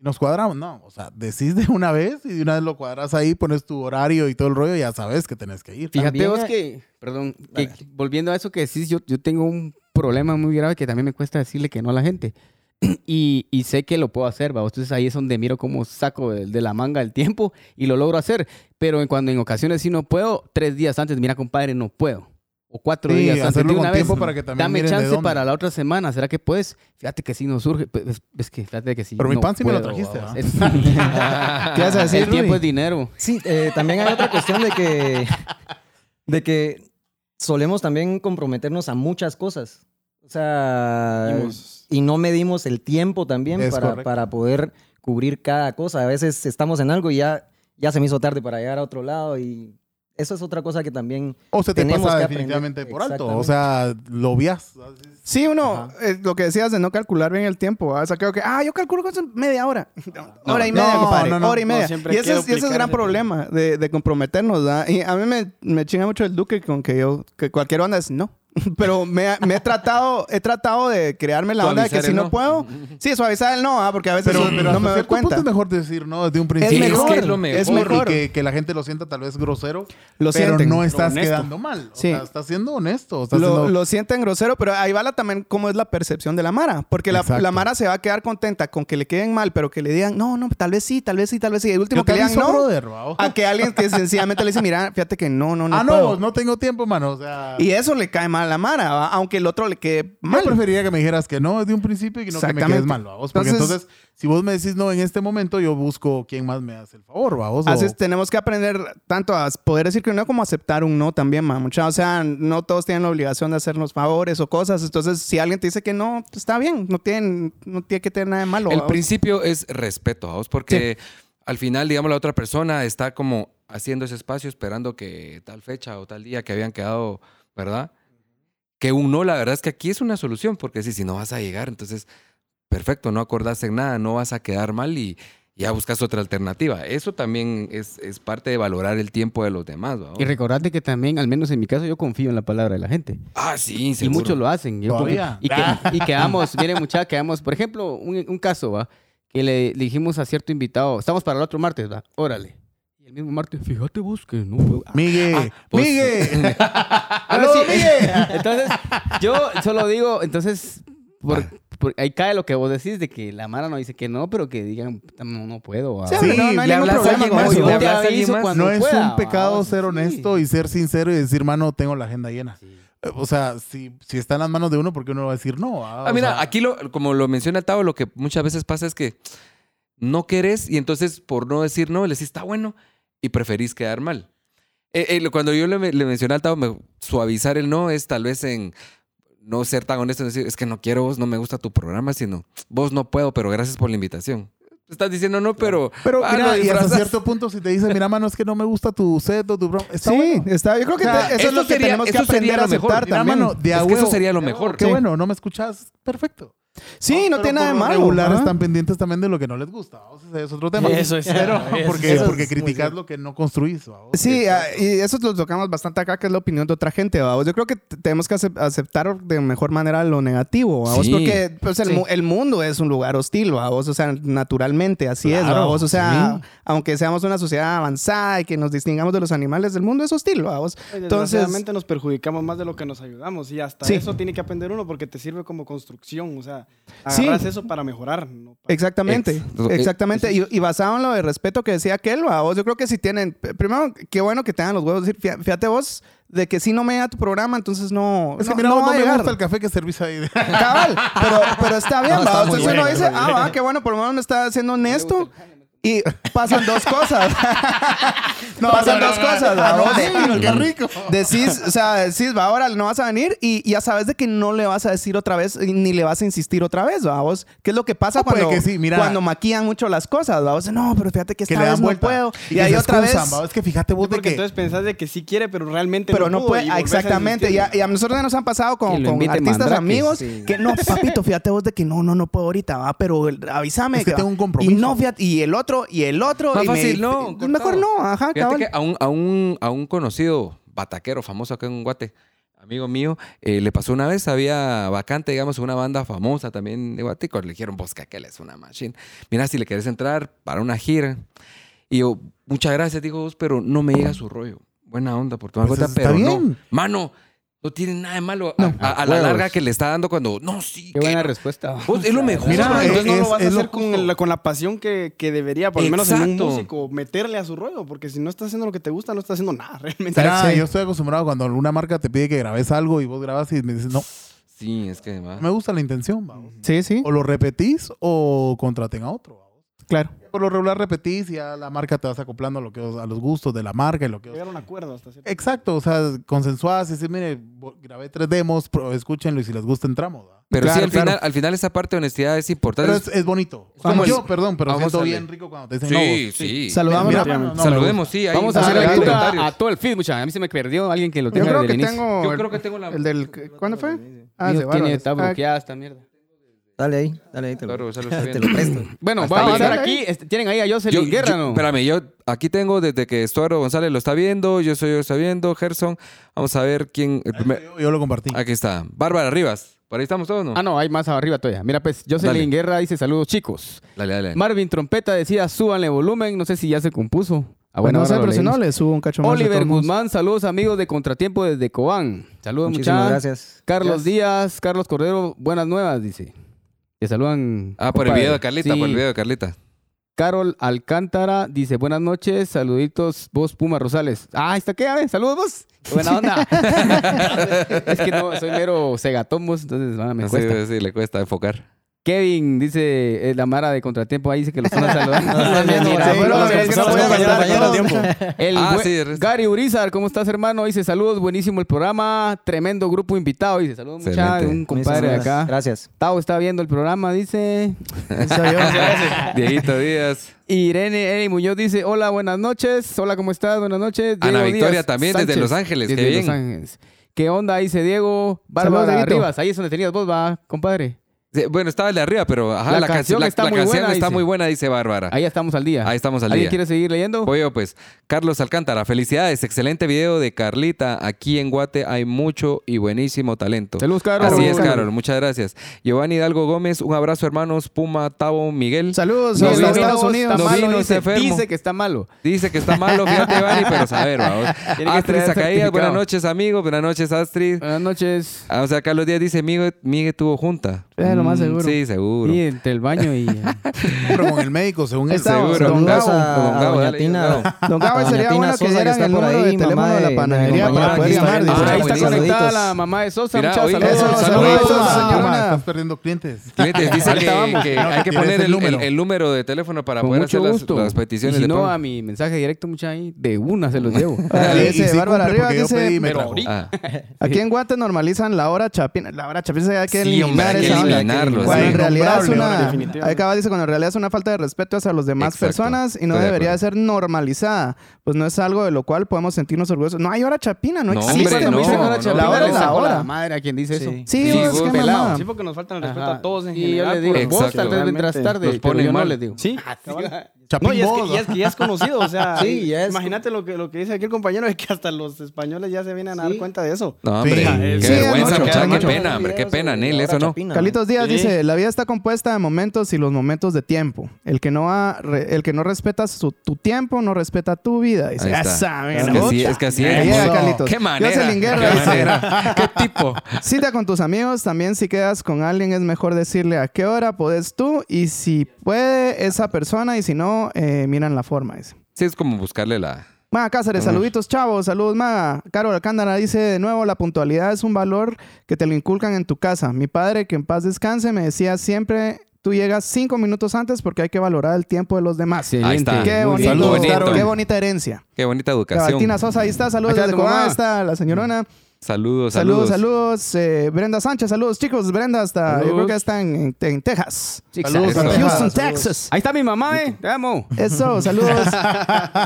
Nos cuadramos, no, o sea, decís de una vez y de una vez lo cuadras ahí, pones tu horario y todo el rollo, ya sabes que tenés que ir. Fíjate También vos hay- que, perdón, que Dale. volviendo a eso que decís, yo, yo tengo un problema muy grave que también me cuesta decirle que no a la gente. Y, y sé que lo puedo hacer, ¿va? Entonces ahí es donde miro cómo saco de, de la manga el tiempo y lo logro hacer. Pero en cuando en ocasiones sí no puedo, tres días antes, mira compadre, no puedo. O cuatro Sí, días antes. hacerlo de una con vez, tiempo para que también Dame miren de chance dónde. para la otra semana. ¿Será que puedes? Fíjate que sí no surge. Pues, Es, es que fíjate que sí. Pero mi no pan sí me lo puedo, trajiste, ¿va? ¿va? Es- ¿Qué vas a decir, el tiempo Rudy? es dinero. Sí, eh, también hay otra cuestión de que, de que solemos también comprometernos a muchas cosas. O sea, Pues, y no medimos el tiempo también Es para, correcto. para poder cubrir cada cosa. A veces estamos en algo y ya, ya se me hizo tarde para llegar a otro lado y eso es otra cosa que también... O se te Tenemos pasa que definitivamente aprender. por alto. O sea, lo obvias. Sí, uno, eh, lo que decías de no calcular bien el tiempo. ¿ah? O sea, creo que, ah, yo calculo con eso en media hora. hora y media, no, compadre. no, no. hora y No, media. siempre y ese quiero es, y ese es el gran aplicarse. problema de, de comprometernos. ¿ah? Y a mí me, me chinga mucho el Duque con que yo, que cualquier onda es no. Pero me, ha- me he tratado, he tratado de crearme la onda de que Suavizar si el no, no. puedo, sí, suavizar el no, ¿ah? porque a veces Pero, pero no me hasta doy cierto punto cuenta. es mejor decir no desde un Es principio. mejor, que es, es lo mejor. mejor. Y que, que la gente lo sienta tal vez grosero, Lo pero sienten. no estás honesto. quedando mal. O Sí. sea, estás siendo honesto. estás lo, siendo- lo sienten grosero, pero ahí va la, también cómo es la percepción de la Mara. Porque la, Exacto. la Mara se va a quedar contenta con que le queden mal, pero que le digan, no, no, tal vez sí, tal vez sí, tal vez sí. Y el último Yo te que le digan, aviso, no. brother, ¿va? A que alguien que sencillamente le dice, mira, fíjate que no, no, no. ah, puedo". no, no tengo tiempo, mano. O sea, Y eso le cae mal a la Mara, ¿va? aunque el otro le quede mal. yo preferiría que me dijeras que no desde un principio y que no que me Exactamente. quedes mal, ¿va? Porque Entonces- entonces, si vos me decís no en este momento, yo busco quién más me hace el favor, ¿va? O- Así es, tenemos que aprender tanto a poder decir que no como aceptar un no también, ma, mucha. O sea, no todos tienen la obligación de hacernos favores o cosas. Entonces, si alguien te dice que no, pues, está bien. No tienen, no tiene que tener nada de malo. El ¿va? principio es respeto, vamos, porque al final, digamos, la otra persona está como haciendo ese espacio esperando que tal fecha o tal día que habían quedado, ¿verdad? Que un no, la verdad es que aquí es una solución, porque si, si no vas a llegar, entonces, perfecto, no acordaste en nada, no vas a quedar mal y ya buscas otra alternativa. Eso también es, es parte de valorar el tiempo de los demás, ¿va? Y recordate que también, al menos en mi caso, yo confío en la palabra de la gente. Ah, sí, Y seguro. muchos lo hacen. Yo confío- Todavía. y, que- y quedamos, miren muchachos, quedamos, por ejemplo, un, un caso, ¿va? Que le, le dijimos a cierto invitado, estamos para el otro martes, ¿va? Órale. Y el mismo martes, fíjate vos que no. fue- Migue, pues- Migue. Ahora ¡Aló, sí. Migue! Entonces, yo solo digo, entonces, por- por- ahí cae lo que vos decís de que la Mara no dice que no, pero que digan, no, no puedo. ¿va? Sí, no, no hay le ningún hablas a problema alguien con más, eso. le Yo te hablas a alguien aviso más. cuando No es pueda, un pecado vamos, ser sí. honesto y ser sincero y decir, mano, tengo la agenda llena. Eh, O sea, si, si está en las manos de uno, ¿por qué uno va a decir no? ah? Ah, O mira, sea, aquí lo, como lo menciona Tavo, lo que muchas veces pasa es que no querés y entonces por no decir no, le decís está bueno y preferís quedar mal. Eh, eh, lo- cuando yo le, me- le mencioné al Tavo, me- suavizar el no es tal vez en no ser tan honesto, en decir es que no quiero vos, no me gusta tu programa, sino vos no puedo, pero gracias por la invitación. Estás diciendo no, pero. Pero ah, lo mira, y hasta disfrazas. cierto punto, si te dice, mira, mano, es que no me gusta tu set o tu broma, está sí, bueno. está. Yo creo que O sea, te- eso es esto lo que sería- tenemos que eso sería aprender a lo mejor. aceptar Mira, también. mano, de Es a que eso huevo. sería lo De a mejor. huevo, Qué Sí. bueno, no me escuchas, perfecto. sí, no Pero tiene nada de por lo malo. regular ajá. están pendientes también de lo que no les gusta. ¿va? O sea, ese es otro tema. Eso es Pero, cierto, eso es cierto. porque, porque Eso es muy criticas cierto. lo que no construís. ¿va? O Sí, sea, ah, y eso lo tocamos bastante acá, que es la opinión de otra gente, ¿va? Yo creo que t- tenemos que acep- aceptar de mejor manera lo negativo, ¿va? Sí. Porque pues, el, Sí. mu- el mundo es un lugar hostil, ¿va? O sea, naturalmente, así es, ¿va? Claro, O sea, aunque seamos una sociedad avanzada y que nos distingamos de los animales, el mundo es hostil, ¿va? Entonces- Entonces, nos perjudicamos más de lo que nos ayudamos y hasta Sí. eso tiene que aprender uno porque te sirve como construcción, o sea, Sí. agarras eso para mejorar. no para- Exactamente, Ex- exactamente. Y, y basado en lo de respeto que decía aquel, ¿va? vos, yo creo que si tienen, p- primero, qué bueno que tengan los huevos, de decir, "Fía- fíjate vos, de que si no me da tu programa, entonces no, Es que no, mira, no vos va no a me llegar. gusta el café que servís ahí. Cabal, pero, pero está bien, No, ¿va? está muy Entonces uno bueno, dice, está muy ah, va, qué bueno, por lo menos me está siendo honesto. Y pasan dos cosas. no, pasan dos cosas. ¿va? Vos ¡Qué rico! Decís, o sea, decís, va, ahora no vas a venir y ya sabes de que no le vas a decir otra vez y ni le vas a insistir otra vez, ¿va? Vos, ¿qué es lo que pasa Ah, puede cuando, que sí, mira. cuando maquillan mucho las cosas? ¿va? Vos, no, pero fíjate que Que esta le vez dan no vuelta. puedo. Y, que ahí se otra vez... excusan, ¿va? Es que fíjate vos de Porque que... entonces pensás de que sí quiere, pero realmente Pero no pudo puede, y ah, volvés a exactamente. insistir. Y a, y a nosotros nos han pasado Que con, lo con inviten artistas mandrakes, amigos sí. que no, papito, fíjate vos de que no, no, no puedo ahorita, va, pero el- avísame. Es que va". tengo un compromiso. Y no, fíjate, y el otro, y el otro. Más y me- fácil, no, cortado. Mejor no, Ah, ajá, Fíjate cabal. que a un, a, un, a un conocido bataquero famoso acá en Guate, amigo mío, eh, le pasó una vez, había vacante, digamos, una banda famosa también de Guateco. Le dijeron, vos que aquel es una machine. Mira, si le querés entrar para una gira. Y yo, muchas gracias, dijo vos, pero no me llega su rollo. Buena onda por tomar Pues cuenta, está pero no. bien. Mano, no tiene nada de malo a, a- a la Huevos. larga que le está dando cuando, no, sí, Qué que- buena respuesta. vos, es lo mejor. Mira, ¿no? eh, entonces no es- lo vas a es lo hacer con justo. la, con la pasión que, que debería, por lo menos en un Exacto. músico, meterle a su rollo, porque si no estás haciendo lo que te gusta, no estás haciendo nada realmente. Mira, Sí. Yo estoy acostumbrado cuando alguna marca te pide que grabes algo y vos grabas y me dices, no, Sí, es que va. no me gusta la intención. ¿va? Sí, sí, O lo repetís o contraten a otro. ¿va? claro. Por lo regular repetís y ya la marca te vas acoplando a, lo que, os- a los gustos de la marca y lo que... os- Llegar a un acuerdo hasta cierto Exacto, o sea, consensuadas y decir, mire, bo- grabé tres demos, pro- escúchenlo y si les gusta entramos. ¿va? Pero sí, Claro, al, claro. final, al final esa parte de honestidad es importante. Pero es, es bonito. Es como yo, el- perdón, pero Vamos siento a bien leer. rico cuando te dicen sí, no. sí. Saludamos. Mira, a- mano, no me Saludemos, sí. ahí Vamos a nos hacer salen hacer los lectura comentarios. a todo el feed, muchachos. A mí se me perdió alguien que lo Yo tenga creo desde que el inicio. tengo. Yo el- creo que tengo la. El del. ¿Cuándo fue? Ah, Dios se tiene, va, está ah, bloqueada esta mierda. Dale ahí, dale ahí. Te lo, Claro, o sea, lo te estoy lo viendo. presto. Bueno, Hasta vamos a ahí. hablar aquí. Este, tienen ahí a Yo- Jocelyn Guerra, yo- ¿no? Espérame, yo aquí tengo desde que Estuardo González lo está viendo, yo soy yo está viendo, Gerson. Vamos a ver quién. el primer- Yo, yo lo compartí. Aquí está. Bárbara Rivas. Por ahí estamos todos, ¿no? Ah, no, hay más arriba todavía. Mira, pues, Jocelyn Dale. Guerra dice saludos, chicos. Dale, dale. Marvin Trompeta decía súbanle volumen. No sé si ya se compuso. Ah, Bueno, Pues bueno, no sé, ahora lo pero si no, leímos. le subo un cacho más. de Oliver todos modos. Guzmán, saludos amigos de Contratiempo desde Cobán. Saludos Muchísimas muchachos. gracias. Carlos Díaz, Carlos Cordero, buenas nuevas, dice. Te saludan. ah, por el compadre. video de Carlita, Sí. por el video de Carlita. Carol Alcántara dice, buenas noches, saluditos, vos Puma Rosales. Ah, ahí está qué, a ver, saludos vos. Qué Buena onda. es que no, soy mero segatombos, entonces ah, me Así, cuesta. sí, le cuesta enfocar. Kevin dice, eh, la Mara de Contratiempo ahí dice que lo están saludando. No, están viendo, Mira, sí, bueno, los es que no voy a compañeros, contar compañeros. todos. El Ah, bue- sí, de resto. Gary Urizar, ¿cómo estás, hermano? Dice, saludos, buenísimo el programa, tremendo grupo invitado. Dice, saludos, mucha, Excelente. un compadre de acá. Gracias. Tao está viendo el programa, dice. Dieguito Díaz. Irene Eri Muñoz dice, hola, buenas noches. Hola, ¿cómo estás? Buenas noches. Ana Diego Victoria Díaz también, desde Los Ángeles, Desde qué bien. Los Ángeles. ¿Qué onda? Dice Diego. Bárbara Saludos, Dieguito. Rivas, ahí es donde tenías vos, va, compadre. Sí, Bueno, estaba el de arriba, pero ajá, La la, canción canción, la, está la muy canción buena, está dice. muy buena, dice Bárbara. Ahí estamos al día. Ah. Ahí estamos al ¿Alguien día. quiere seguir leyendo? Voy yo, pues. Carlos Alcántara, felicidades. Excelente video de Carlita. Aquí en Guate hay mucho y buenísimo talento. Saludos, Caro. Así es, Carol. Muchas gracias. Giovanni Hidalgo Gómez, un abrazo, hermanos. Puma, Tavo, Miguel. Saludos No hasta vino, Estados está Unidos. no malo, vino, dice, está enfermo. dice que está malo. Dice que está malo, fíjate, Giovanni, pero saber, vamos. Tiene que Astrid traer Zacarías, certificado. buenas noches, amigo. Buenas noches, Astrid. Buenas noches. Ah, o sea, Carlos Díaz dice, Migue, Migue tuvo junta. Es lo más Mm, seguro. Sí, seguro. Y entre el baño y... Ah, Pero con el médico, según él. Estaba- Seguro. Don Saludos Gabo, don a, a Gabo, Doña dale, don Tina. Don Gabo, Doña sería Tina bueno que Sosa, dieran está el por número ahí, de teléfono mamá de la panadería para compañera que poder está llamar, en- dice. Ah, Ah, ahí está buenísimo. conectada la Saluditos. mamá de Sosa. Mira, Muchas oíste, saludos. Eso, Saludos, saluditos. Sosa, Ah, señora. mamá. Estás perdiendo clientes. Clientes, dice Ahorita que, vamos. que hay que ¿Quieres poner el el, el- número? el número de teléfono para Con poder mucho hacer las, gusto. las peticiones. Y si de no, pago. a mi mensaje directo, mucha ahí, de una se los llevo. Ah, Sí, dice y sí Bárbara cumple, Rivas, porque yo dice, pedí y me pero trajo. ahorita- Ah, Aquí en Guate normalizan la hora chapina. La hora chapina se hay que Sí, hombre, eliminar hay que esa onda. eliminarlo, Cuando sí. en realidad es Innombrable, una... definitivamente. ahí Acaba dice, cuando en realidad es una falta de respeto hacia las demás Exacto. personas y no Estoy de debería acuerdo. ser normalizada. Pues no es algo de lo cual podemos sentirnos orgullosos. No hay hora chapina, no, No, existe. hombre, Cuando no, mucha dicen hora ahora no, chapina, Chapina, la hora es la saco la hora. madre a quien dice eso. Sí, Sí, vos, vos, qué pelado. mamada. Sí, porque nos faltan el respeto Ajá. a todos en y general. yo les digo, por- vos Exacto. tal vez vendrás Realmente. tarde, Los pero ponen yo no mal. les digo. Ah, Sí, cabal. Chapín no, y es, que, vos, y es que ya es conocido, o sea, Sí, ya es- imagínate lo que, lo que dice aquí el compañero, es que hasta los españoles ya se vienen a dar cuenta de eso. No, hombre, Sí, qué sí, vergüenza, mucho, muchacha, qué mucho. pena, hombre, qué pena, Neil, eso no. Carlitos Díaz Sí. dice, la vida está compuesta de momentos y los momentos de tiempo. El que no, va- re- el que no respeta su- tu tiempo no respeta tu vida. Dice, "Ah, Ahí está. "Esa, Es mira, que vos". sí, es que así Ahí es. llega Eso. Carlitos. Qué manera. Jocelyn Guerra qué, dice, manera. Qué tipo. Cita con tus amigos, también si quedas con alguien es mejor decirle a qué hora podés tú y si puede esa persona y si no, eh, miran la forma. Dice. Sí, es como buscarle la. Maga Cáceres, Vamos. saluditos chavos, saludos Maga. Carol Alcántara dice de nuevo, la puntualidad es un valor que te lo inculcan en tu casa. Mi padre, que en paz descanse, me decía siempre, tú llegas cinco minutos antes porque hay que valorar el tiempo de los demás. Ahí está. Qué Muy bonito, bien. Saludos, Carol. qué bonita herencia. Qué bonita educación. Valentina Sosa, ahí está, saludos Ahí está desde tu mamá. Cobá, está la señorona. Saludos, Saludos, Pues saludos. saludos. eh, Brenda Sánchez, saludos chicos. Brenda hasta, yo creo Saludos. que está en, en- en Texas. Saludos Eso. a Houston, Texas. Texas. Ahí está mi mamá, eh. Te amo. Eso, saludos.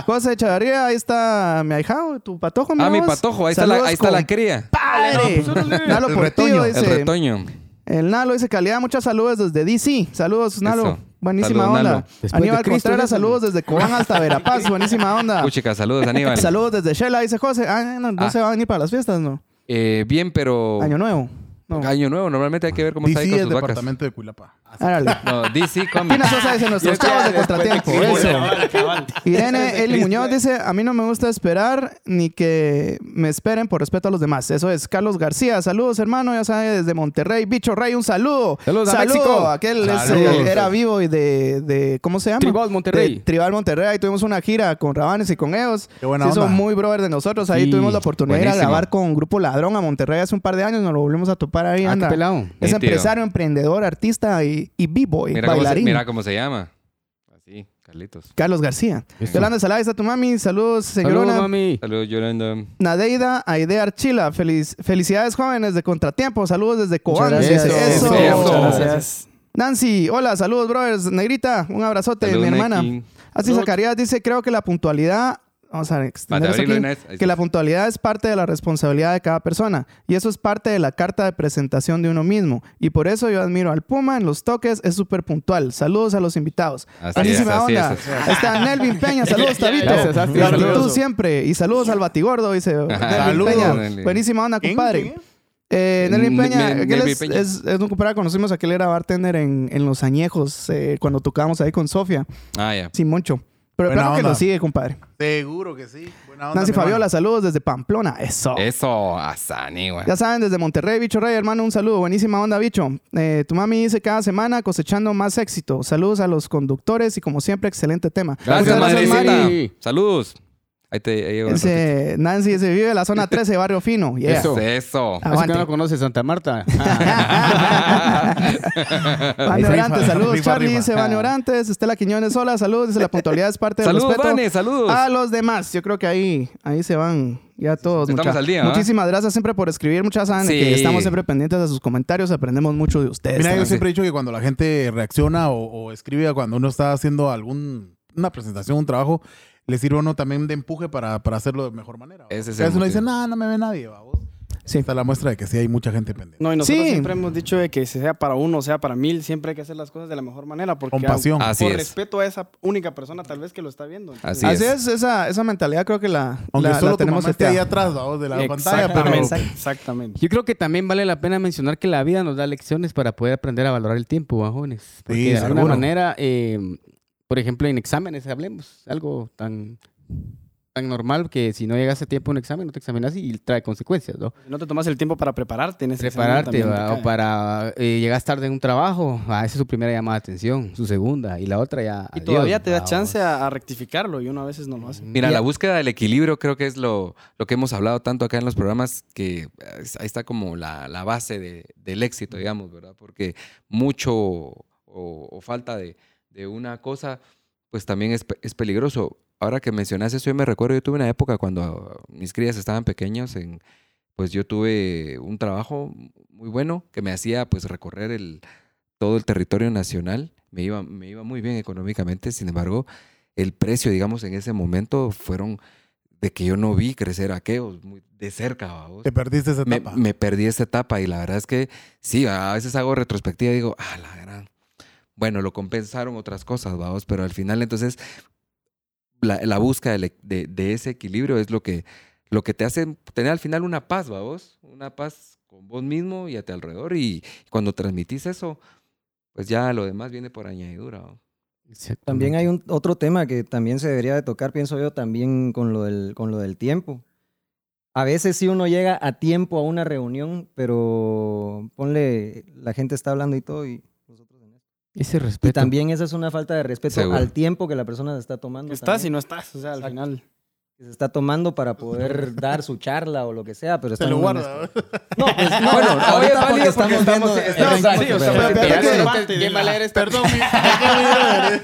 José Echevarría, ahí está mi ahijado, tu patojo. mira Ah, mi vos. patojo, ahí está, la, Saludos ahí está la con eh. cría. Pues Padre. Nalo El Portillo retoño, El dice, el, retoño. Nalo dice calidad, muchos saludos desde DC. Saludos, Nalo. Eso. Buenísima Saludos, onda. Nalo. Después Aníbal de Cristo, Contreras, ya salió. saludos desde Cobán hasta Verapaz. Buenísima onda. Puchica, saludos, Aníbal. Ah. Saludos desde Shela, dice José. Ah, no, no Ah. se va a venir para las fiestas, ¿no? Eh, bien, pero. Año nuevo. No. Año nuevo, normalmente hay que ver cómo está ahí DC con es sus vacas. departamento de Cuilapa. Árale. No, DC Tina Comics. Sosa dice nuestros chavos de contratiempo. Eso. Irene Eli Muñoz dice, a mí no me gusta esperar ni que me esperen por respeto a los demás. Eso es. Carlos García, saludos hermano, ya sabe, desde Monterrey. Bicho Rey, un saludo. Saludos a Saludo. México. Aquel es, Saludos. eh, era vivo y de, de- ¿cómo se llama? Tribal Monterrey. De Tribal Monterrey. Ahí tuvimos una gira con Rabanes y con ellos. Qué buena Se hizo onda. muy brother de nosotros. Ahí Sí, tuvimos la oportunidad de ir a buenísimo. grabar con Grupo Ladrón a Monterrey hace un par de años. Nos lo volvimos a topar ahí. Ah, qué anda. pelado. Es Nítido. empresario, emprendedor, artista y, y b-boy, Mira cómo, se, bailarín. mira cómo se llama. Así, Carlitos. Carlos García. Yolanda Salada, está tu mami. Saludos, señorona. Saludos, mami. Saludos, Yolanda. Nadeida Aide Archila. Feliz, felicidades, jóvenes de Contratiempo. Saludos desde Cobán. Muchas gracias. Dice, Eso. Eso. Eso. Muchas gracias. Nancy, hola, saludos, brothers. Negrita, un abrazote, Saludos, mi hermana. Neki. Así Zacarías dice, creo que la puntualidad... Vamos a extender Para eso abrirlo aquí, una vez, ahí que está. la puntualidad es parte de la responsabilidad de cada persona y eso es parte de la carta de presentación de uno mismo y por eso yo admiro al Puma en los toques es súper puntual saludos a los invitados Así Buenísima es, así onda es, Ahí está Nelvin Peña saludos Tabito Gracias, Astrid, gratitud saludos. siempre y saludos al Batigordo dice Nelvin Saludos. Peña buenísima onda ¿Quién? compadre ¿Quién es? eh, Nelvin Mm, Peña, Ne- aquel Nelvin es, Peña. es- es un compadre que conocimos, aquel era bartender en, en Los Añejos, eh, cuando tocábamos ahí con Sofía, Ah, ya. Simoncho. Pero el Buena plano que onda. lo sigue, compadre. Seguro que sí. Buena onda, Nancy mi hermano. Fabiola, saludos desde Pamplona. Eso. Eso, Asani, güey. Ya saben, desde Monterrey, Bicho Rey, hermano, un saludo. Buenísima onda, Bicho. Eh, tu mami dice cada semana cosechando más éxito. Saludos a los conductores y como siempre, excelente tema. Gracias, Muchas gracias, madrecita. Mari. Mari. Saludos. Ahí te ahí llego. al ratito. Ese- Nancy se vive en la zona 13, barrio fino. Yeah. Eso. Eso. Así que Aguante. no conoce Santa Marta. Vane Orantes, saludos Rifa, Charlie, rifa. dice Vane Orantes, Estela Quiñones, hola, saludos, dice la puntualidad es parte del Saludos, respeto Ah, Vane, saludos. a los demás. Yo creo que ahí, ahí se van ya todos. Estamos mucha. al día, ¿ah? Muchísimas gracias siempre por escribir, muchas saben Sí. que estamos siempre pendientes de sus comentarios, aprendemos mucho de ustedes. Mira, yo también. siempre he dicho que cuando la gente reacciona o, o escribe a cuando uno está haciendo algún una presentación, un trabajo, le sirve a uno también de empuje para, para hacerlo de mejor manera. ¿va? Ese es A veces el uno dice, motivo. nada, no me ve nadie, vamos. Sí. Está la muestra de que sí hay mucha gente pendiente. No, y nosotros Sí. siempre hemos dicho de que sea para uno, sea para mil, siempre hay que hacer las cosas de la mejor manera. Porque Con pasión. a- Así por es. respeto a esa única persona tal vez que lo está viendo. Así Así es. es, esa, esa mentalidad creo que la, Aunque la, la solo tu tenemos este mamá esté ahí seteada. atrás, vamos, de la pantalla, pero... Exactamente. Exactamente. Yo creo que también vale la pena mencionar que la vida nos da lecciones para poder aprender a valorar el tiempo, bajones. Porque Sí, de alguna seguro. manera, eh, por ejemplo, en exámenes, hablemos, algo tan, tan normal que si no llegas a tiempo a un examen, no te examinas y trae consecuencias, ¿no? Si No te tomas el tiempo para prepararte en ese examen Prepararte también te ¿va? cae. o para eh, llegas tarde en un trabajo, ah, esa es su primera llamada de atención, su segunda, y la otra ya. Y adiós, todavía te da vamos. chance a, a rectificarlo y uno a veces no lo hace. Mira, la búsqueda del equilibrio creo que es lo, lo que hemos hablado tanto acá en los programas, que eh, ahí está como la, la base de- del éxito, digamos, ¿verdad? Porque mucho o, o falta de, de una cosa, pues también es, pe- es peligroso. Ahora que mencionas eso, yo me recuerdo, yo tuve una época cuando mis crías estaban pequeños, en, pues yo tuve un trabajo muy bueno que me hacía pues recorrer el, todo el territorio nacional. Me iba, me iba muy bien económicamente, sin embargo, el precio, digamos, en ese momento fueron de que yo no vi crecer a Keos muy de cerca. ¿vaos? pues, Te perdiste esa Me, etapa. me perdí esa etapa y la verdad es que sí, a veces hago retrospectiva y digo, ah, la gran. Bueno, lo compensaron otras cosas, vamos, pero al final entonces la, la búsqueda del e- de, de ese equilibrio es lo que, lo que te hace tener al final una paz, vamos, una paz con vos mismo y a tu alrededor y cuando transmitís eso, pues ya lo demás viene por añadidura. ¿vao? Exactamente. También hay un, otro tema que también se debería de tocar, pienso yo, también con lo, del, con lo del tiempo. A veces sí uno llega a tiempo a una reunión, pero ponle, la gente está hablando y todo y nosotros en esto. Ese Y respeto. también esa es una falta de respeto Seguro. al tiempo que la persona se está tomando. Estás y también, no estás, o sea, al Exacto. final. que se está tomando para poder dar su charla o lo que sea, pero está Se lo en una guarda. No, pues, no, ahorita porque estamos viendo el estamos- ranking, sí, o sea, pero- pero- pero- pero- pero- pero- Perdón,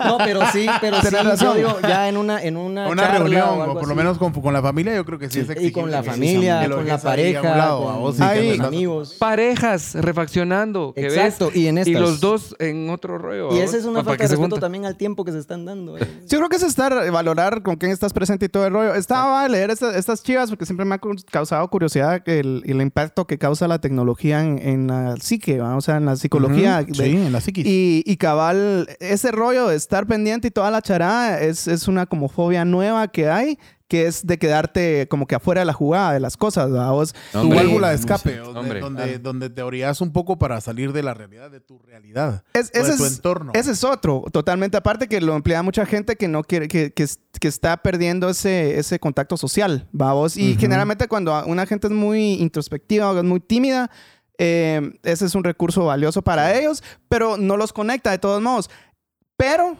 No, pero sí, pero sí, Tenés yo razón. digo, ya en una en una, Una charla reunión, o o algo por lo así. menos con, con la familia, yo creo que sí, es y exigible con la que- familia, que lo con la dejes ahí a pareja, un lado, con, ¿va vos? Y con que Ahí- andas- los amigos. Parejas refaccionando, que ves Exacto, y en Y estas. los dos en otro rollo. Y ¿va? esa es una ¿Para falta qué de se respeto juntan? también al tiempo que se están dando. eh. Yo creo que es estar, valorar con quién estás presente y todo el rollo. Estaba a leer esta- estas chivas porque siempre me ha cu- causado curiosidad el, el impacto que causa la tecnología en, en la psique, ¿va? o sea, en la psicología. Ujú, de- Sí, en la psiquis. Y, y cabal, ese rollo de estar pendiente y toda la charada es, es una como fobia nueva que hay, que es de quedarte como que afuera de la jugada, de las cosas, ¿va? Vos- tu Hombre, válvula de escape, Hombre, donde, hombre, donde, claro. donde te orillas un poco para salir de la realidad, de tu realidad, es- o ese de tu es- entorno. Ese es otro, totalmente. Aparte que lo emplea mucha gente que no quiere, que, que, que está perdiendo ese, ese contacto social, vamos. Y generalmente cuando a- una gente es muy introspectiva o es muy tímida, eh, ese es un recurso valioso para ellos, pero no los conecta de todos modos. Pero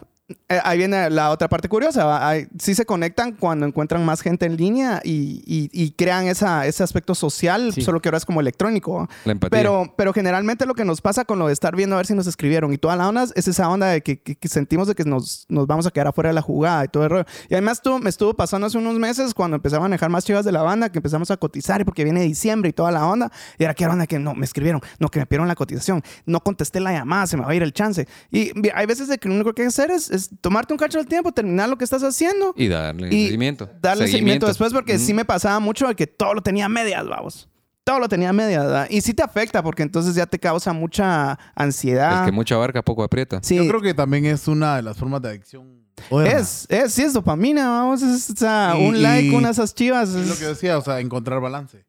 eh, ahí viene la otra parte curiosa. ¿va? Ahí sí se conectan cuando encuentran más gente en línea y, y- y crean esa, ese aspecto social, Sí. solo que ahora es como electrónico. ¿va? La empatía. Pero, pero generalmente lo que nos pasa con lo de estar viendo a ver si nos escribieron y toda la onda es esa onda de que, que- que sentimos de que nos, nos vamos a quedar afuera de la jugada y todo el rollo. Y además tú, me estuvo pasando hace unos meses cuando empecé a manejar más chivas de la banda, que empezamos a cotizar y porque viene diciembre y toda la onda. Y era que era onda que no, me escribieron, no, que me pidieron la cotización, no contesté la llamada, se me va a ir el chance. Y vi- hay veces de que lo único que hay que hacer es, es tomarte un cacho del tiempo, terminar lo que estás haciendo, Y darle Y seguimiento. darle seguimiento, después porque Ujú. sí me pasaba mucho de que todo lo tenía a medias, vamos. Todo lo tenía a medias, ¿verdad? Y sí te afecta porque entonces ya te causa mucha ansiedad. El que mucha barca poco aprieta. Sí, Yo creo que también es una de las formas de adicción. moderna. es, es, sí es dopamina, vamos. Es, o sea, Y- un like, y- una de esas chivas. Es es- lo que decía, o sea, encontrar balance.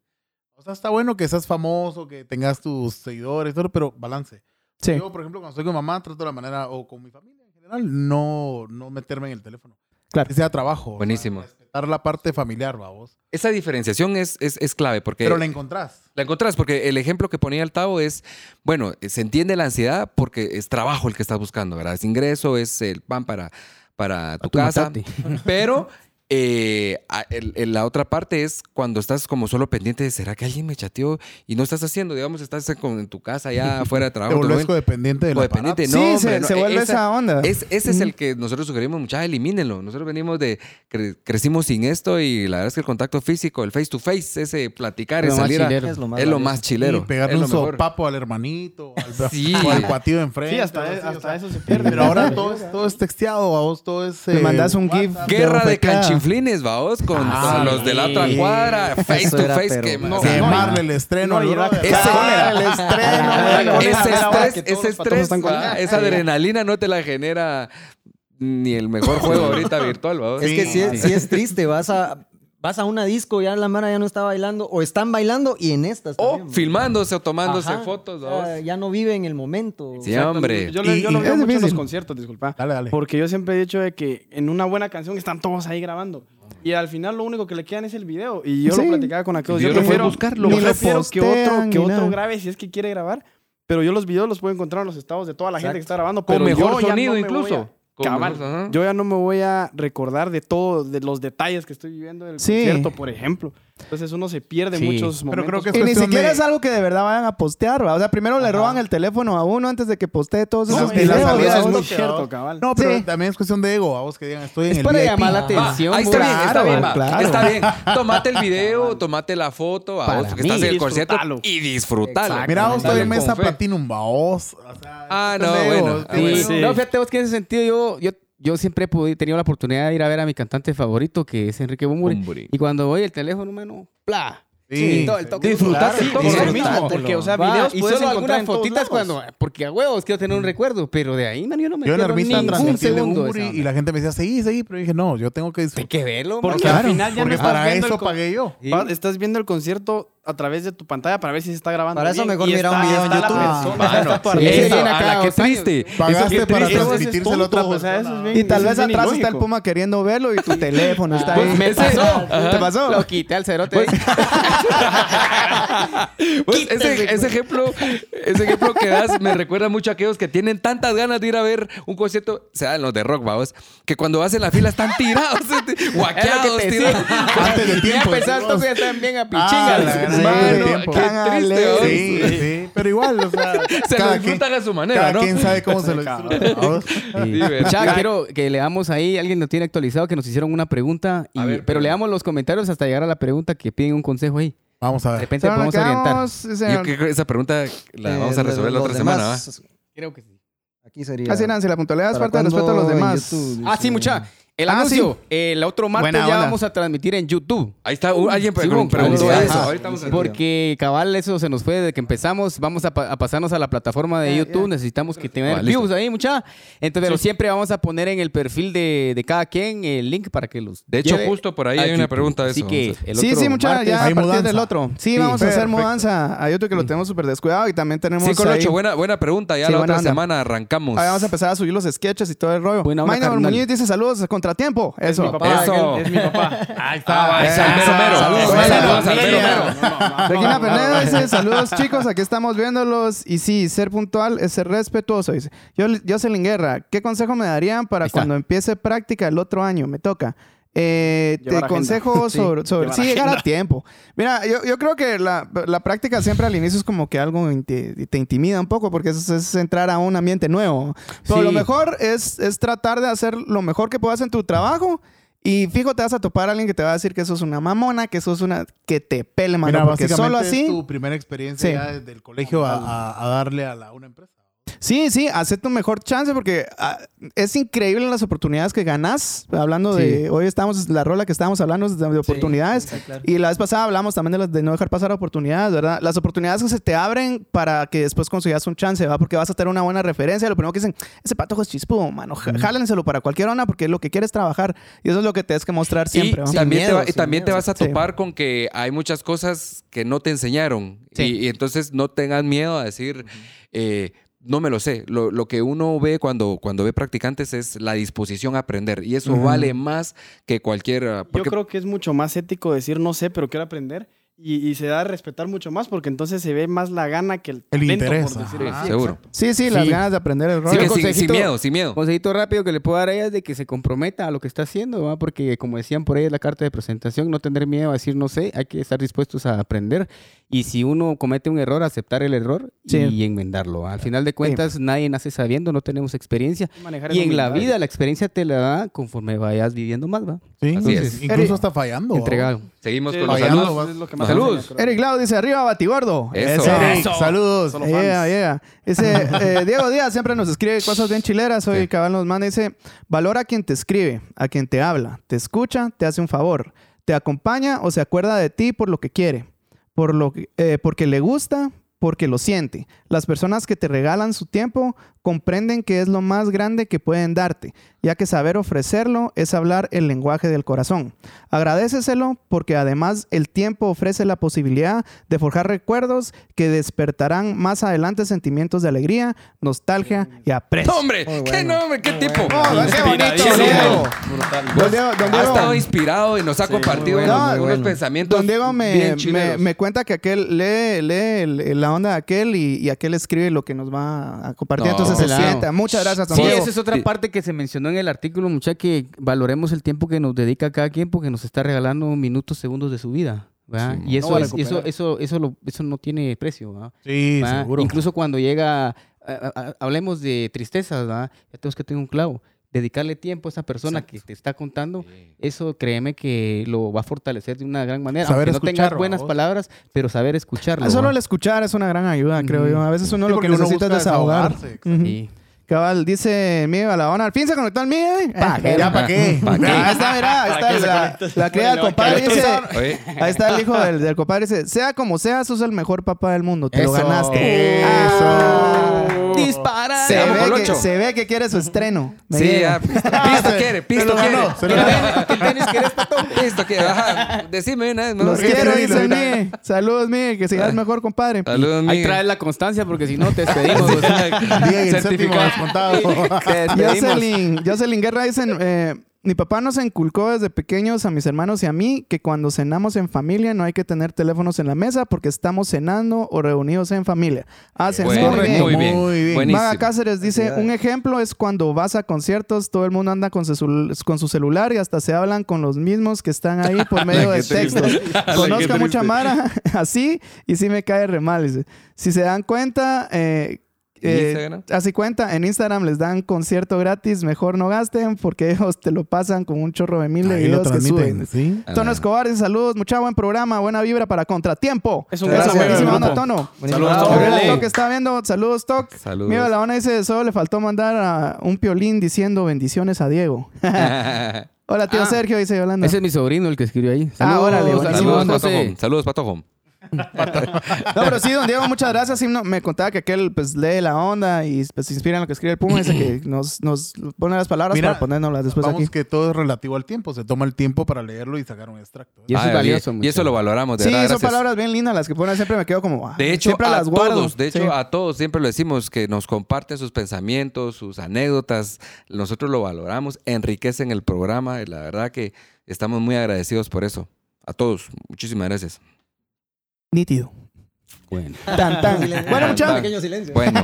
O sea, está bueno que seas famoso, que tengas tus seguidores, todo, pero balance. sí. Yo, por ejemplo, cuando estoy con mamá, trato de la manera, o con mi familia en general, no, no meterme en el teléfono. Claro. Que sea trabajo. o sea, Buenísimo. respetar la parte familiar, vamos. Esa diferenciación es, es, es clave porque Pero la... la encontrás. encontrás porque el ejemplo que ponía el Tavo es, bueno, eh, se entiende la ansiedad porque es trabajo el que estás buscando, ¿verdad? Es ingreso, es el pan para, para tu casa. Pero Eh, a- el- el- la otra parte es cuando estás como solo pendiente de, ¿será que alguien me chateó? Y no estás haciendo, digamos, estás en, con- en tu casa ya fuera de Te trabajo. volvés Ah, también. codependiente del Codependiente, Sí, no, hombre, se, no, se e- vuelve esa, esa- onda. es- ese es el que nosotros sugerimos, muchachos, elimínenlo. Nosotros venimos de, cre- crecimos sin esto y la verdad es que el contacto físico, el face to face, ese platicar, Lo es más salir a- chilero. Es lo más, es lo valioso. más chilero. Y pegarle es un lo mejor. sopapo al hermanito, al, Sí. o al cuatío de enfrente. Sí, hasta, o así, o hasta sea. eso se pierde. Pero ahora todo es, todo es texteado, a vos todo es... Le mandas un GIF. Guerra de Ofecada. canchinflines, vaos, con Ah, los de la otra sí. cuadra, face Eso to era, face. pero- que- No, o sea, Quemarle el estreno no, al y va a brother. ese- Ah, el estreno. ese güey. estrés, que todos ese los patojos estrés, están con- ¿verdad? esa adrenalina no te la genera ni el mejor juego ahorita virtual, vaos. Es que Sí, si man. es, sí es triste, vas a, vas a una disco, ya la Mara ya no está bailando, o están bailando y en estas. O también. filmándose o tomándose Ajá. Ah, fotos, O sea, vaos. ya no vive en el momento. Sí, Exacto, hombre. Yo, lo- yo Y- lo y veo es mucho en los difícil. conciertos, disculpa. Dale, dale. Porque yo siempre he dicho de que en una buena canción están todos ahí grabando. Y al final lo único que le quedan es el video. Y yo Sí. lo platicaba con aquellos. Y yo Yo lo puedo prefiero, buscar, lo yo busco. prefiero que otro, Postean que y nada. otro grabe si es que quiere grabar. Pero yo los videos los puedo encontrar en los estados de toda la gente que está grabando. Con pero yo mejor ya no sonido me voy incluso. a- Con Cabal. mejor- ajá. Yo ya no me voy a recordar de todo, de los detalles que estoy viviendo del Sí. concierto, por ejemplo. Entonces uno se pierde Sí. muchos momentos. Pero creo que Y ni cuestión siquiera de- es algo que de verdad vayan a postear, ¿va? O sea, primero le roban el teléfono a uno antes de que postee todos No, esos y la videos. salida ¿va? es es muy- muy cierto, cabal. No, pero Sí. también es cuestión de ego, a vos que digan, estoy en Es el para VIP. llamar la Va, atención. Ah, ahí está bien, está claro, bien, va. claro. Está bien. Tomate el video, tomate la foto, va, Para vos, que mí. estás en el concierto Disfrútalo. y disfrutalo. Exacto. Mira, vos estoy en Dale, mesa con fe. Platinum, vaos. O sea, Ah, es no, cuestión de ego. bueno, ah, Sí, bueno. sí. No, fíjate vos que en ese sentido yo, yo, yo siempre he podido, tenido la oportunidad de ir a ver a mi cantante favorito, que es Enrique Bumburi. Bumburi. Y cuando voy el teléfono, mano, ¡pla! Sí. Y todo el toque. Disfrutar Claro, el toque. y eso Disfrutar. mismo. Porque, o sea, Va, videos y puedes solo algunas encontrar en todos fotitas lados. cuando, porque a huevos quiero Mm. tener un recuerdo, pero de ahí, man, yo no me Yo en la pierdo ermita ningún transmití el de segundo. de Bumburi esa y onda. la gente me decía, seguí, seguí, pero yo dije, no, yo tengo que Hay disfrutar. que verlo, Porque man. al final ya no porque estás para viendo el eso co- pagué yo. Sí. Pa- Estás viendo el concierto a través de tu pantalla para ver si se está grabando. Para eso bien. mejor Y mira un está- video en está la YouTube. persona, Ah, está tu Sí, artista. viene ala, acá qué dos años. triste. Pagaste para triste, eso es transmitírselo a tonto, otro. pues, o sea, eso es bien- Y tal Eso vez es bien atrás está el ilógico. Puma queriendo verlo y tu teléfono está ahí. Me pasó. ¿Te Pues, pasó? Lo quité al cerote. Pues, ese, ese ejemplo, ese ejemplo que das me recuerda mucho a aquellos que tienen tantas ganas de ir a ver un concierto, o sea, los de rock, vamos, que cuando hacen la fila están tirados, este, Es guaqueados, lo que te tirados. Antes de Ya tiempo. pensaste decimos. que ya están bien a Ah, la pichingas. gran- Mano, antes de tiempo. qué triste, Cagale. vamos. Sí, sí. Pero igual, o sea. Se lo cada disfrutan quien- a su manera, cada ¿no? quien sabe cómo se lo disfruta. ¿vamos? Sí, ¿verdad? Mucha, quiero que leamos ahí, alguien nos tiene actualizado que nos hicieron una pregunta, y- A ver, pero leamos los comentarios hasta llegar a la pregunta que piden un consejo ahí. Vamos a De ver. repente podemos orientar. Yo creo que esa pregunta Eh, la vamos a resolver la otra semana, ¿va? Creo que sí. Aquí sería. Así, Nancy, la puntualidad es ¿Para falta de respeto a los cuándo en demás. YouTube? Ah, sí, mucha. El Ah, anuncio, el otro martes Buena ya onda. vamos a transmitir en YouTube. Ahí está, uh, alguien Sí, preguntó bueno, eso. claro. Ajá. Ahorita vamos a- Porque cabal, eso se nos fue desde que empezamos. Vamos a, pa- a pasarnos a la plataforma de Ya, YouTube. ya. Necesitamos que tener Ah, listo. views ahí, mucha. Entonces, pero siempre vamos a poner en el perfil de, de cada quien el link para que los. De hecho, lleve justo por ahí a hay una YouTube. pregunta de Así eso. que vamos el Sí, otro sí, muchachos, martes- ya a Hay partir mudanza. del otro. Sí, Sí, vamos a hacer perfecto. mudanza. Hay otro que lo tenemos súper descuidado y también a- tenemos Sí, ahí- Colocho, buena, buena pregunta. Ya Sí, la buena otra onda. semana arrancamos. Ahí vamos a empezar a subir los sketches y todo el rollo. Buena onda, Minor carnal. Muñiz dice saludos, contratiempo. Eso. Es mi papá. Eso. Es mi papá. Ahí está, ahí está, Eso. mero, mero. Saludos, Saludos, saludos, saludos, familia. mero, mero. Regina Pineda dice, saludos chicos, aquí estamos viéndolos. Y sí, ser puntual es ser respetuoso. Dice, yo, Jocelyn Guerra, ¿qué consejo me darían para Ahí está. cuando empiece práctica el otro año? Me toca. Eh, te Llevar agenda. consejo Sí, sobre... sobre- llevar sí, llegar a agenda. tiempo. Mira, yo, yo creo que la, la práctica siempre al inicio es como que algo in- te, te intimida un poco porque eso es entrar a un ambiente nuevo. Pero Sí. lo mejor es, es tratar de hacer lo mejor que puedas en tu trabajo. Y fijo, te vas a topar a alguien que te va a decir que sos una mamona, que sos una... que te pele, mano. Mira, porque básicamente solo es así... tu primera experiencia Sí. ya desde el colegio a, a- a darle a la, una empresa. Sí, sí, hace tu mejor chance porque ah, es increíble las oportunidades que ganas. Hablando de hoy estamos la rola que estábamos hablando es de, de oportunidades y la vez pasada hablamos también de las de no dejar pasar oportunidades, ¿verdad? Las oportunidades que se te abren para que después consigas un chance, ¿va? Porque vas a tener una buena referencia. Lo primero que dicen, ese patojo es chispudo, mano. Ja- Jálenselo para cualquier onda porque lo que quieres es trabajar y eso es lo que tienes que mostrar siempre. y ¿va? Sin también, te, miedo, va- y sin también te miedo. vas a Sí. topar con que hay muchas cosas que no te enseñaron. Sí. Y, y entonces no tengas miedo a decir, eh, no me lo sé. Lo, lo que uno ve cuando, cuando ve practicantes es la disposición a aprender. Y eso vale más que cualquier... Yo porque- creo que es mucho más ético decir no sé, pero quiero aprender. y, y se da a respetar mucho más porque entonces se ve más la gana que el, El talento, interés, Ah, por decirlo ajá. así. Seguro. exacto. Sí, sí, las Sí. ganas de aprender el Sí, rollo. que sin- sin, consejito- miedo, sin miedo. Consejito rápido que le puedo dar a ella es de que se comprometa a lo que está haciendo, ¿va? porque como decían por ahí en la carta de presentación, no tener miedo a decir no sé, hay que estar dispuestos a aprender y si uno comete un error, aceptar el error Sí. y enmendarlo. ¿va? Al final de cuentas, nadie nace sabiendo, no tenemos experiencia Manejar y en la humildad. vida la experiencia te la da conforme vayas viviendo más, ¿va? Sí, Así entonces, es. Incluso está fallando. ¿va? Entregado. Seguimos Sí, con lo los saludos. que más- Saludos. es lo que más Saludos. enseña, creo. Eric Lau dice, arriba Batigordo. Eso. Eso, Eric. Eric, Saludos. Solo fans. Yeah, yeah. Ese, eh, Diego Díaz siempre nos escribe cosas bien chileras. Hoy Sí. Cabal nos manda dice, valora a quien te escribe, a quien te habla, te escucha, te hace un favor, te acompaña o se acuerda de ti por lo que quiere, por lo que- eh, porque le gusta, porque lo siente. Las personas que te regalan su tiempo comprenden que es lo más grande que pueden darte, ya que saber ofrecerlo es hablar el lenguaje del corazón. Agradeceselo porque además el tiempo ofrece la posibilidad de forjar recuerdos que despertarán más adelante sentimientos de alegría, nostalgia y aprecio. ¡Hombre! ¡Qué nombre! ¡Qué tipo! Oh, qué bonito, Inspiradísimo. Diego. Brutal. Don Diego, don Ha Diego. estado inspirado y nos ha compartido bueno, unos- muy unos bueno. pensamientos. Don Diego me, bien me, chilenos. me cuenta que aquel lee, lee el- la onda de aquel y, y aquel escribe lo que nos va a compartir. No, Entonces se claro. sienta. Muchas gracias, don Sí, Diego. esa es otra Sí. parte que se mencionó en el artículo, mucha que valoremos el tiempo que nos dedica cada quien porque nos está regalando minutos, segundos de su vida. ¿verdad? Sí, y eso, no va a es- y eso, recuperar. eso, eso, lo- eso no tiene precio. ¿verdad? Sí, ¿va? seguro. Ah, Incluso cuando llega, a- a- a- hablemos de tristezas, ¿va? ya tenemos que tener un clavo. Dedicarle tiempo a esa persona que te está contando, eso créeme que lo va a fortalecer de una gran manera. Saber Aunque no tengas escucharlo, buenas ¿va? palabras, pero saber escucharlo. Ah, Solo ¿va? el escuchar es una gran ayuda, creo yo. A veces uno Sí, lo porque que uno necesita es busca desahogar. desahogarse, Ujú. Sí. Cabal, dice Mie Balabona. Al fin se conectó el Mie. eh. ¿Ya para qué? ¿Pa' qué? Ah, Ahí está, mira, ahí está la, la cría del compadre. Dice, Oye, ahí está el hijo del, del compadre. Dice, sea como seas, sos el mejor papá del mundo. Te lo Eso. ganaste. Eso. Ah. Dispara. Se Vamos, ve, que, Colocho. se ve que quiere su estreno. Me sí, llega. ya, pisto, pisto quiere, pisto quiere. ganó, se lo Pisto quiere, ajá. Decime una vez, ¿no? Los Qué quiero, tremendo. dice Mie. Saludos, Mie, que sigas mejor, compadre. Saludos, Ahí Miguel. traes la constancia porque si no te despedimos. Diga, el séptimo descontado. Te despedimos. Jocelyn, Jocelyn Guerra dicen, eh, mi papá nos inculcó desde pequeños a mis hermanos y a mí que cuando cenamos en familia no hay que tener teléfonos en la mesa porque estamos cenando o reunidos en familia. Hacen Bueno, muy bien. Pues, muy bien. Muy bien. Buenísimo. Maga Cáceres dice, un ejemplo es cuando vas a conciertos, todo el mundo anda con su, cel- con su celular y hasta se hablan con los mismos que están ahí por medio de textos. Conozco a mucha Mara así y sí me cae re mal. dice. Si se dan cuenta, eh, ¿En eh, Instagram? así cuenta, en Instagram les dan concierto gratis, mejor no gasten porque ellos te lo pasan con un chorro de mil de Ahí lo videos que suben. transmiten, ¿sí? Tono Escobar dice saludos, mucha buen programa, buena vibra para Contratiempo. Es un Gracias, gran apoyo del buenísima onda, grupo. Tono. Saludos, Saludos, Tono. Toc, que está viendo. Saludos, Toc. Saludos. Mira, la onda dice, solo le faltó mandar a un piolín diciendo bendiciones a Diego. Hola, tío Ah. Sergio, dice Yolanda. Ese es mi sobrino el que escribió ahí. Ah, órale, saludos, Saludos, José. Patojo. Saludos, Patojo. No, pero sí, don Diego, muchas gracias. Sí, no, me contaba que aquel pues lee la onda y pues se inspira en lo que escribe el Puma. Dice que nos, nos pone las palabras Mira, para ponérnoslas después Vamos aquí. que todo es relativo al tiempo. Se toma el tiempo para leerlo y sacar un extracto. Y eso Ah, es valioso. bien. Y mucho. eso lo valoramos, de Sí, verdad. son gracias. palabras bien lindas las que pone. Siempre me quedo como... ah, De hecho, siempre a las guardo. todos, de hecho, Sí. a todos siempre lo decimos, que nos comparten sus pensamientos, sus anécdotas, nosotros lo valoramos, enriquecen el programa y la verdad que estamos muy agradecidos por eso. A todos, muchísimas gracias. Nítido. Bueno. Tan, tan. bueno, muchachos. Tan, tan. Bueno,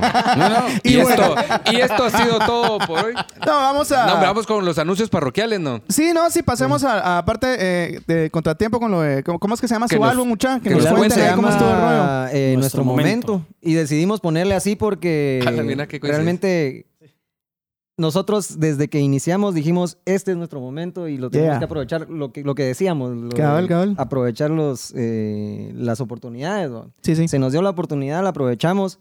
y, Y esto, y esto ha sido todo por hoy. No, vamos a... No, hombre, vamos con los anuncios parroquiales, ¿no? Sí, no, sí, pasemos a, a parte eh, de contratiempo con lo de. ¿Cómo, cómo es que se llama Que su nos- álbum, mucha? Que, que nos Pues nos cuenten cuente. ahí cómo Se estuvo el rollo. eh, Nuestro nuestro, Momento. momento. Y decidimos ponerle así porque Ah, mira qué coincidencia. realmente nosotros desde que iniciamos dijimos, este es nuestro momento y lo tenemos Yeah. que aprovechar, lo que, lo que decíamos. lo de Cabal, cabal. Aprovechar los, eh, las oportunidades. ¿no? Sí, sí. Se nos dio la oportunidad, la aprovechamos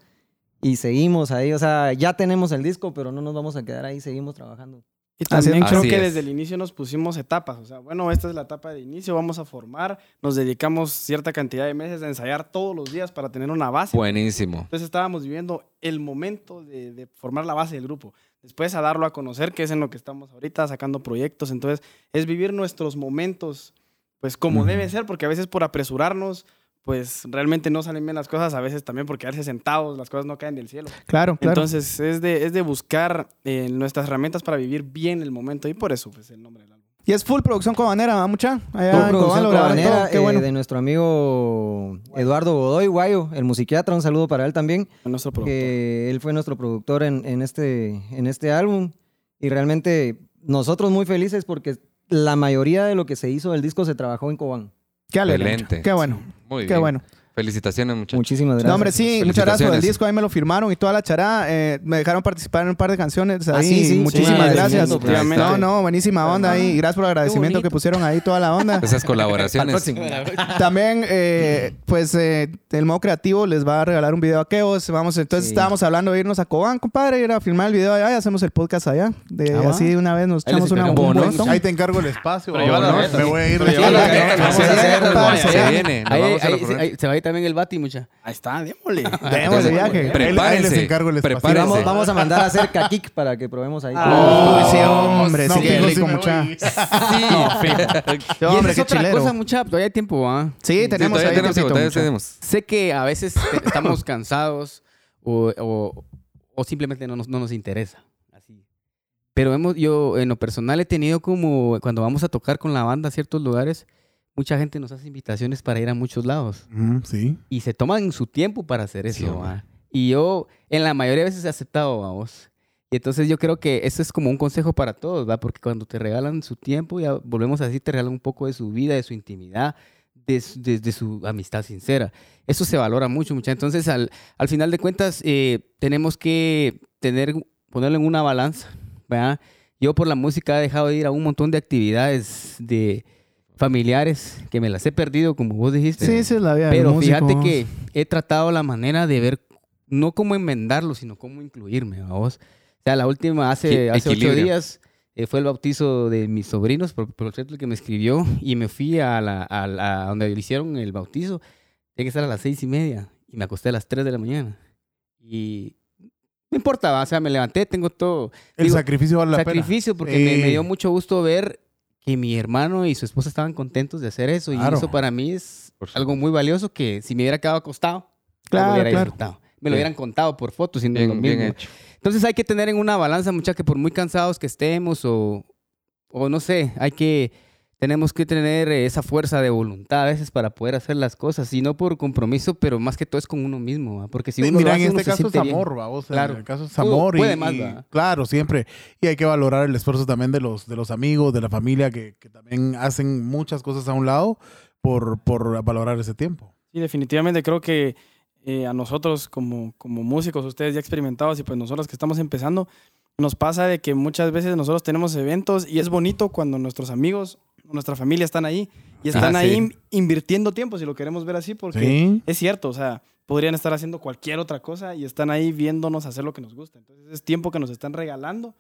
y seguimos ahí. O sea, ya tenemos el disco, pero no nos vamos a quedar ahí, seguimos trabajando. Y también es. creo Así que es. desde el inicio nos pusimos etapas. O sea, bueno, esta es la etapa de inicio, vamos a formar, nos dedicamos cierta cantidad de meses a ensayar todos los días para tener una base. Buenísimo. Entonces estábamos viviendo el momento de, de formar la base del grupo. Después a darlo a conocer, que es en lo que estamos ahorita, sacando proyectos. Entonces es vivir nuestros momentos, pues como Ujú. debe ser, porque a veces por apresurarnos, pues realmente no salen bien las cosas, a veces también por quedarse sentados, las cosas no caen del cielo. Claro, claro. Entonces es de, es de buscar eh, nuestras herramientas para vivir bien el momento y por eso pues, el nombre del álbum. Y es full producción cobanera, ¿va, mucha? Allá Tuvo en Cobán producción lo grabaron cobanera, todo, qué eh, bueno. de nuestro amigo Eduardo Godoy Guayo, el musiquiatra. Un saludo para él también. Nuestro productor. que él fue nuestro productor en, en este, en este álbum. Y realmente nosotros muy felices porque la mayoría de lo que se hizo del disco se trabajó en Cobán. Qué alegre, mucha. Excelente. Qué bueno, Muy qué bien. bueno. Felicitaciones, muchachos. Muchísimas gracias. No, hombre, sí, muchas gracias por el Felicitaciones. disco. Ahí me lo firmaron y toda la charada. eh, me dejaron participar en un par de canciones. Ahí. Ah, sí, sí, Muchísimas sí, gracias. definitivamente. No, no, buenísima onda ahí. Y Gracias por el agradecimiento que bonito. pusieron ahí, toda la onda. Esas colaboraciones. También, eh, pues, eh, el modo creativo les va a regalar un video a Keos. Vamos, entonces Sí. estábamos hablando de irnos a Cobán, compadre, ir a filmar el video allá y hacemos el podcast allá. De, Ah, va. así de una vez nos Ahí les echamos una encargo un un bolsón. bolsón. Ahí te encargo el espacio. Pero lleva la babos. reta. Me voy a ir Pero de lleva la aquí. reta. Vamos a hacer, compadre, Se viene. nos Ahí- vamos a ahí- la frontera. ahí- se va a ir también el Bati, mucha. Ahí está, démosle. Tenemos el viaje. Pre- Ahí les Prepárense. encargo el espacio. Y prepárense. vamos, vamos a mandar a hacer caquic para que probemos ahí. Uy, sí, Oh, hombre, No, sí, qué fijo, pues, sí rico, me mucha. voy. Sí, y esa hombre, es qué otra chilero. cosa, mucha. Todavía hay tiempo, ¿ah? Sí, Sí, tenemos todavía ahí tenemos, tiempito, todavía mucha. tenemos. Sé que a veces te- estamos cansados o, o- o simplemente no nos, no nos interesa. Así. Pero hemos, yo en lo personal he tenido como, cuando vamos a tocar con la banda a ciertos lugares, mucha gente nos hace invitaciones para ir a muchos lados. Mm, Sí. Y se toman su tiempo para hacer Sí, eso. hombre. ¿va? y yo en la mayoría de veces he aceptado, vamos. Y entonces yo creo que eso es como un consejo para todos, ¿va? Porque cuando te regalan su tiempo, ya volvemos a decir, te regalan un poco de su vida, de su intimidad, de, su- de- de su amistad sincera. Eso se valora mucho, mucha. Entonces, al, al final de cuentas, eh, tenemos que tener, ponerlo en una balanza, ¿verdad? Yo por la música he dejado de ir a un montón de actividades de familiares que me las he perdido, como vos dijiste. Sí, sí, es la vida. del Pero músico, fíjate vamos. que he tratado la manera de ver, no cómo enmendarlo, sino cómo incluirme, vos. O sea, la última, hace, Equi- hace ocho equilibrio. días, eh, fue el bautizo de mis sobrinos, por, por cierto, el que me escribió, y me fui a, la, a, la- a donde le hicieron el bautizo. Tenía que estar a las seis y media, y me acosté a las tres de la mañana. Y no importaba, o sea, me levanté, tengo todo El Digo, sacrificio vale la pena. Eh, sacrificio, porque me, me Sí. dio mucho gusto ver que mi hermano y su esposa estaban contentos de hacer eso. Claro. Y eso para mí es Por supuesto. algo muy valioso que si me hubiera quedado acostado, Claro, lo hubiera claro. disfrutado. Me lo Bien. hubieran contado por fotos y no es lo Bien, bien mismo. hecho. Entonces hay que tener en una balanza, muchachos, que por muy cansados que estemos o, o no sé, hay que, tenemos que tener eh, esa fuerza de voluntad a veces para poder hacer las cosas. Y no por compromiso, pero más que todo es con uno mismo. ¿va? Porque si Sí, uno mira, lo hace, en uno este se caso es siente bien. amor, ¿va? O sea, Claro. en el caso es Pudo- amor. y- puede y, más, ¿va? Claro, siempre. Y hay que valorar el esfuerzo también de los, de los amigos, de la familia, que, que también hacen muchas cosas a un lado por, por valorar ese tiempo. Sí, definitivamente creo que eh, a nosotros como, como músicos, ustedes ya experimentados y pues nosotros que estamos empezando, nos pasa de que muchas veces nosotros tenemos eventos y es bonito cuando nuestros amigos, nuestra familia están ahí y están Ah, sí. ahí in- invirtiendo tiempo, si lo queremos ver así, porque Sí. es cierto, o sea, podrían estar haciendo cualquier otra cosa y están ahí viéndonos hacer lo que nos gusta. Entonces es tiempo que nos están regalando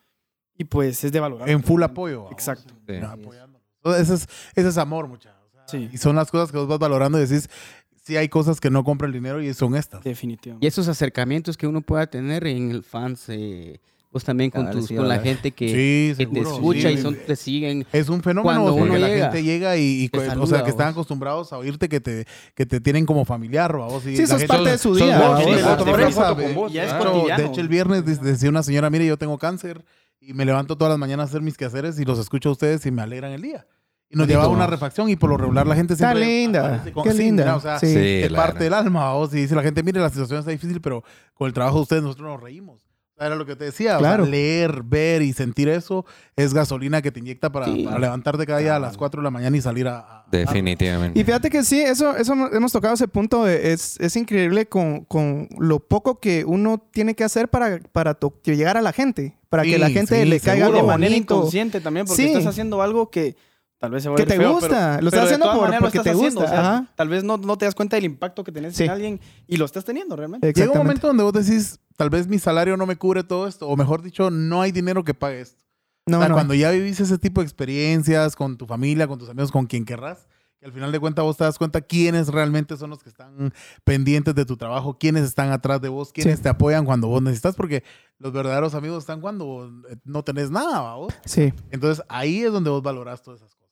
y pues es de valorar. En full apoyo. ¿va? Exacto. Sí. No, apoyándolo. Entonces, Ese es, ese es amor, muchachos. Sí, Y son las cosas que vos vas valorando y decís, sí hay cosas que no compra el dinero y son estas. Y definitivamente. esos acercamientos que uno pueda tener en el fans, eh, vos también con, Cabal, tus- sí, con la ¿verdad? gente que, Sí, que te seguro, escucha sí. y son, te siguen. Es un fenómeno Cuando porque uno la llega, gente llega y, y te cu- o saluda, sea, que están vos. acostumbrados a oírte que te, que te tienen como familiar, vos. Sí, sos parte de su día. vos, ¿va, sí, vos? vos. tomar una foto con vos, ya es De cotidiano. hecho, el viernes de- decía una señora, mire, yo tengo cáncer y me levanto todas las mañanas a hacer mis quehaceres y los escucho a ustedes y me alegran el día. Y nos llevaba una refacción y por lo regular la gente Está siempre... linda. aparece con- Qué sí, mira, linda. o sea, Sí. Sí. es la parte verdad. del alma, vos. Y dice la gente, mire, la situación está difícil, pero con el trabajo de ustedes nosotros nos reímos. O sea, Era lo que te decía, o sea, Claro. leer, ver y sentir eso es gasolina que te inyecta para, para levantarte cada día a las 4 de la mañana y salir a... a- Definitivamente. Y fíjate que sí, eso, eso hemos tocado ese punto. de- es, es increíble con, con lo poco que uno tiene que hacer para, para to- que llegar a la gente. Para Sí, que la gente sí, le caiga seguro. algo de manera bonito. inconsciente también, porque Sí. estás haciendo algo que tal vez se va a Que oír te feo, gusta, lo estás de haciendo todas por- maneras lo porque estás te haciendo, gusta, ajá. Tal vez no, no te das cuenta del impacto que tenés Sí. en alguien y lo estás teniendo realmente. Llega un Exactamente. momento donde vos decís, tal vez mi salario no me cubre todo esto, o mejor dicho, no hay dinero que pague esto. O No, sea, no. Cuando ya vivís ese tipo de experiencias con tu familia, con tus amigos, con quien querrás, que al final de cuentas vos te das cuenta quiénes realmente son los que están pendientes de tu trabajo, quiénes están atrás de vos, quiénes Sí. te apoyan cuando vos necesitas, porque los verdaderos amigos están cuando eh, no tenés nada, ¿va vos? Sí. Entonces ahí es donde vos valorás todas esas cosas.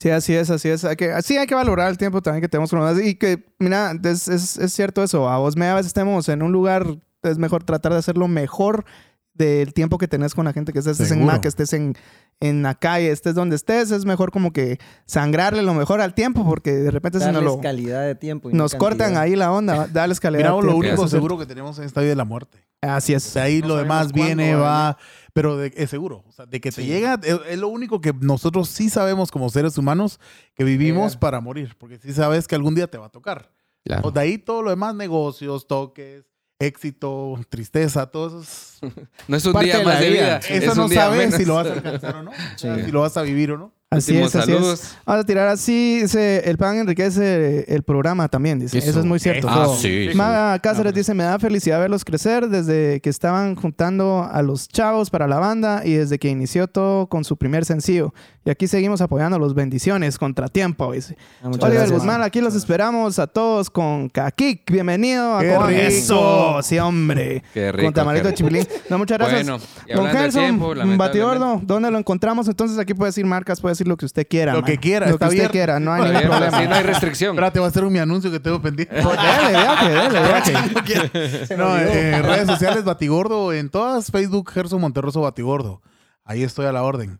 Sí, así es, así es. Hay que, sí, hay que valorar el tiempo también que tenemos con los demás. Y que, mira, es, es- es cierto eso. A vos, media vez estemos en un lugar, es mejor tratar de hacerlo mejor del tiempo que tenés con la gente, que estés en Seguro. Mac, que estés en, en la calle, estés donde estés, es mejor como que sangrarle lo mejor al tiempo, porque de repente se nos, Darles lo- calidad de tiempo. y no nos cantidad. cortan ahí la onda, darles calidad. Mira, al vos, lo tiempo. Eso único es seguro que tenemos en esta vida es la muerte. Así O es. sea, ahí No lo demás sabemos cuándo viene, va a va, pero de- es seguro. O sea, de que te llega, es, es lo único que nosotros sí sabemos como seres humanos que vivimos para morir, porque sí sabes que algún día te va a tocar. O Claro. de ahí todo lo demás, negocios, toques, éxito, tristeza, todo eso. es- No es un parte día de la más de vida. vida. es eso un no día sabes menos. si lo vas a alcanzar o no, o sea, Sí. si lo vas a vivir o no. Así Últimos es, así es. saludos. Vamos a tirar así, dice, el pan enriquece el programa también, dice. Eso, Eso. es muy cierto. Ah, sí. Maga Cáceres Ah, dice, me da felicidad verlos crecer desde que estaban juntando a los chavos para la banda y desde que inició todo con su primer sencillo. Y aquí seguimos apoyando los bendiciones, contratiempo, dice. Ah, muchas Oliver gracias, Guzmán, man. aquí los esperamos a todos con Kakik. Bienvenido a ¡Qué Coa- rico! ¡Eso! Sí, hombre. Qué rico, con tamarito qué de chipilín. No, muchas gracias. Bueno, y Don hablando del Gerson, tiempo, lamentablemente- Batidordo, ¿dónde lo encontramos? Entonces aquí puede decir marcas, puede decir lo que usted quiera. Lo man. que quiera, Lo está que usted abierto. quiera, no hay Está ningún abierto, problema. sí, no hay restricción. Espérate, va a ser un mi anuncio que tengo pendiente. Pues Dele, viaje, dele, viaje. No, eh, redes sociales Batigordo, en todas, Facebook, Gerson Monterroso Batigordo. Ahí estoy a la orden.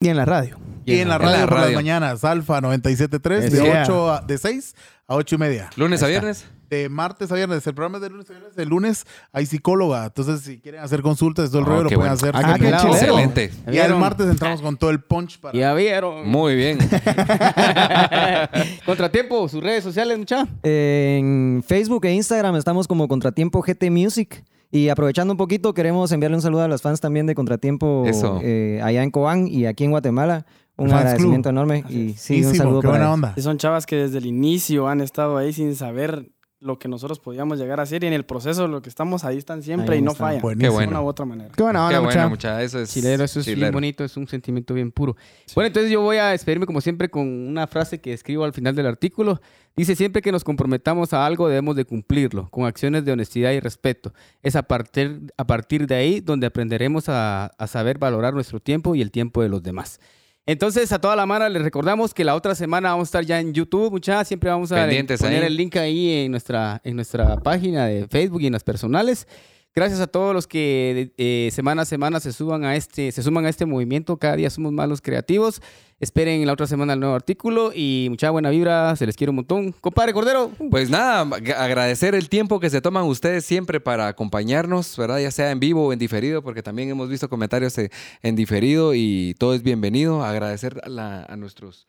Y en la radio. Y en la radio, por las radio. mañanas, Alfa 97.3, de, Yeah. 8 a- de 6 a 8 y media. Lunes a viernes. De martes a viernes, el programa es de lunes a viernes. De lunes hay psicóloga, entonces si quieren hacer consultas, todo el Oh, rollo lo qué pueden bueno. hacer. Ah, qué Claro. chilero. Excelente. ¿Ya Y el vieron? martes entramos con todo el punch para... Ya vieron. Muy bien. Contratiempo, sus redes sociales, mucha. En Facebook e Instagram estamos como Contratiempo GT Music. Y aprovechando un poquito, queremos enviarle un saludo a los fans también de Contratiempo Eso. eh, allá en Cobán y aquí en Guatemala. Un Fans agradecimiento Club. enorme y sí, un Buenísimo, saludo qué para buena ellos. onda. Y son chavas que desde el inicio han estado ahí sin saber lo que nosotros podíamos llegar a hacer y en el proceso lo que estamos ahí están siempre Ahí y no están. fallan. Buenísimo. De bueno. una u otra manera. Qué buena Qué onda, bueno, muchacha. muchacha. Eso es Chilero, eso es bien chilero. bonito, es un sentimiento bien puro. Bueno, entonces yo voy a despedirme como siempre con una frase que escribo al final del artículo. Dice, siempre que nos comprometamos a algo debemos de cumplirlo, con acciones de honestidad y respeto. Es a partir, a partir de ahí donde aprenderemos a, a saber valorar nuestro tiempo y el tiempo de los demás. Entonces, a toda la mara les recordamos que la otra semana vamos a estar ya en YouTube, muchachas. Siempre vamos a Pendientes poner ahí. el link ahí en nuestra, en nuestra página de Facebook y en las personales. Gracias a todos los que eh, semana a semana se suban a este, se suman a este movimiento. Cada día somos más los creativos. Esperen la otra semana el nuevo artículo y mucha buena vibra. Se les quiere un montón. Compadre Cordero. Pues nada, ag- agradecer el tiempo que se toman ustedes siempre para acompañarnos, ¿verdad? Ya sea en vivo o en diferido, porque también hemos visto comentarios eh, en diferido y todo es bienvenido. Agradecer a, la- a nuestros,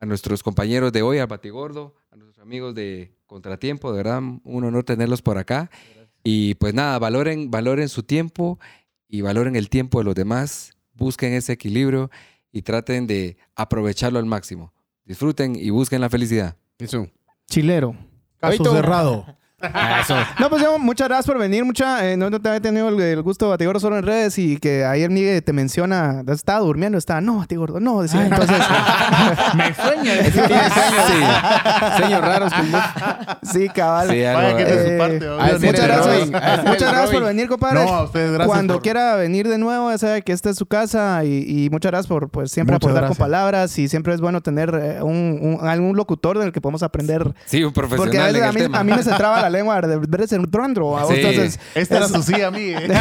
a nuestros compañeros de hoy, al Batigordo, a nuestros amigos de Contratiempo, de verdad, un honor tenerlos por acá. Y pues nada, valoren, valoren su tiempo y valoren el tiempo de los demás, busquen ese equilibrio y traten de aprovecharlo al máximo. Disfruten y busquen la felicidad. Eso. Chilero. Caso Oito. cerrado. No, pues yo, muchas gracias por venir, mucha. eh, no, no te había tenido el, el gusto de Batigordo solo en redes y que ayer Miguel te menciona, estaba durmiendo, estaba, no, Batigordo, no. decía. entonces, Me sueña. Señor raros con vos. sí, cabal. Sí, algo, Vaya que es de Eh, su parte. a obvio. ese Muchas Robin, gracias. a ese Muchas gracias Robin. por venir, compadre. No, a ustedes gracias Cuando por- quiera venir de nuevo, ya sabe que esta es su casa y, y muchas gracias por pues, siempre Muchas aportar gracias. con palabras y siempre es bueno tener eh, un, un- algún locutor del que podemos aprender. Sí, un Porque a profesional veces en a el mí, tema. a mí me se traba la lengua de ver ese trondro. a vos, Sí. Entonces, Esta era su sí a mí. ¿eh?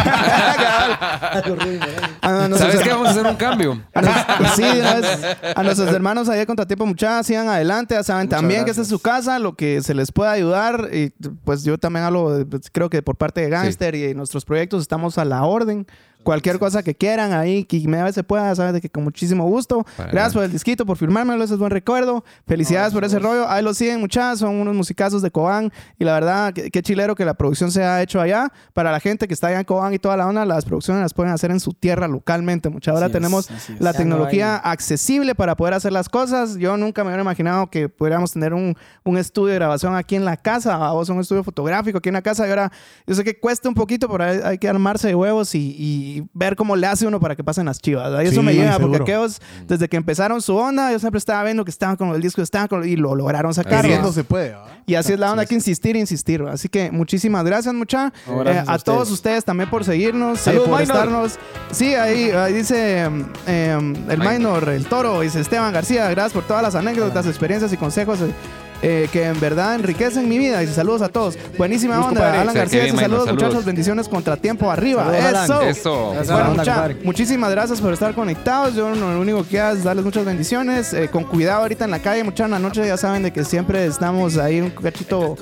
a nuestros- ¿Sabes qué? Vamos a hacer un cambio. a nos- pues sí, de una vez, a nuestros hermanos ahí de Contratiempo, muchachas, sigan adelante. Ya saben también que esta es su casa, lo que se les pueda ayudar. Y pues yo también hablo, de- pues, creo que por parte de Gangster y de nuestros proyectos estamos a la orden. Cualquier cosa que quieran ahí, que me vez se pueda, sabes de que con muchísimo gusto. Para Gracias nada. por el disquito, por firmármelo, ese es buen recuerdo. Felicidades por ese rollo. Ahí lo siguen, muchachas, son unos musicazos de Cobán. Y la verdad, qué, qué chilero que la producción se ha hecho allá. Para la gente que está allá en Cobán y toda la onda, las producciones las pueden hacer en su tierra localmente, muchachos. Ahora Así es, tenemos así es. la Ya no tecnología hay- accesible para poder hacer las cosas. Yo nunca me hubiera imaginado que pudiéramos tener un, un estudio de grabación aquí en la casa, vos un estudio fotográfico aquí en la casa. Y ahora, yo sé que cuesta un poquito, pero hay, hay que armarse de huevos y, y ver cómo le hace uno para que pasen las chivas. Ahí eso Sí, me lleva, seguro. porque aquellos, desde que empezaron su onda, yo siempre estaba viendo que estaban con el disco, estaban con, y lo lograron sacar. Así ¿va? es. Queriendo se puede. ¿va? Y así es la onda, hay que insistir, insistir. ¿va? Así que muchísimas gracias, mucha. No, gracias Eh, a, a ustedes. todos ustedes también por seguirnos, eh, Salud, por Minor. estarnos. Sí, ahí, ahí dice em, em, el Minor. Minor, el Toro, dice Esteban García. Gracias por todas las anécdotas, experiencias y consejos. eh, eh, que en verdad enriquecen mi vida. Dice, saludos a todos. Buenísima Saludos, onda. compadre. Alan Sí, García qué dice, bien, saludos, Maynor, muchachos. saludos. Bendiciones, contratiempo arriba. Saludos, Eso. Alan. Eso. Esa Bueno, onda, mucha- compadre. muchísimas gracias por estar conectados. Yo no- lo único que hago es darles muchas bendiciones. Eh, con cuidado ahorita en la calle, mucha en la noche ya saben de que siempre estamos ahí un cachito.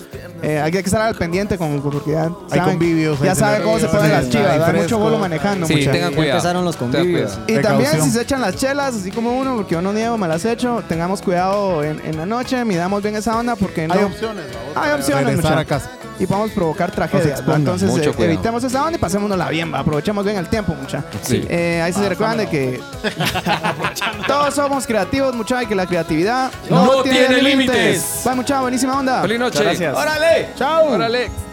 eh, hay que estar al pendiente con, porque ya Hay saben, convivios, hay ya saben cómo se ponen celebraciones, las hay chivas. ¿verdad? mucho fresco. bolo manejando. Sí, mucha. tengan Ya cuidado. empezaron los Tengan convivios. cuidado. Y Precaución. también si se echan las chelas, así como uno, porque yo no niego, me las echo, tengamos cuidado en, en la noche, midamos bien esa onda porque no... Hay opciones, babos, Hay para opciones, Regresar muchacho. a casa. y podemos provocar tragedias. ¿va? expongan. Entonces Mucho eh, cuidado. evitemos esa onda y pasémonosla bien, ¿va? aprovechemos bien el tiempo, mucha. Sí. Eh, ahí sí se recuerdan de que todos somos creativos, mucha, y que la creatividad no, tiene, límites. Va, mucha, buenísima onda. Feliz noche. Gracias. ¡Órale! Chao. Órale.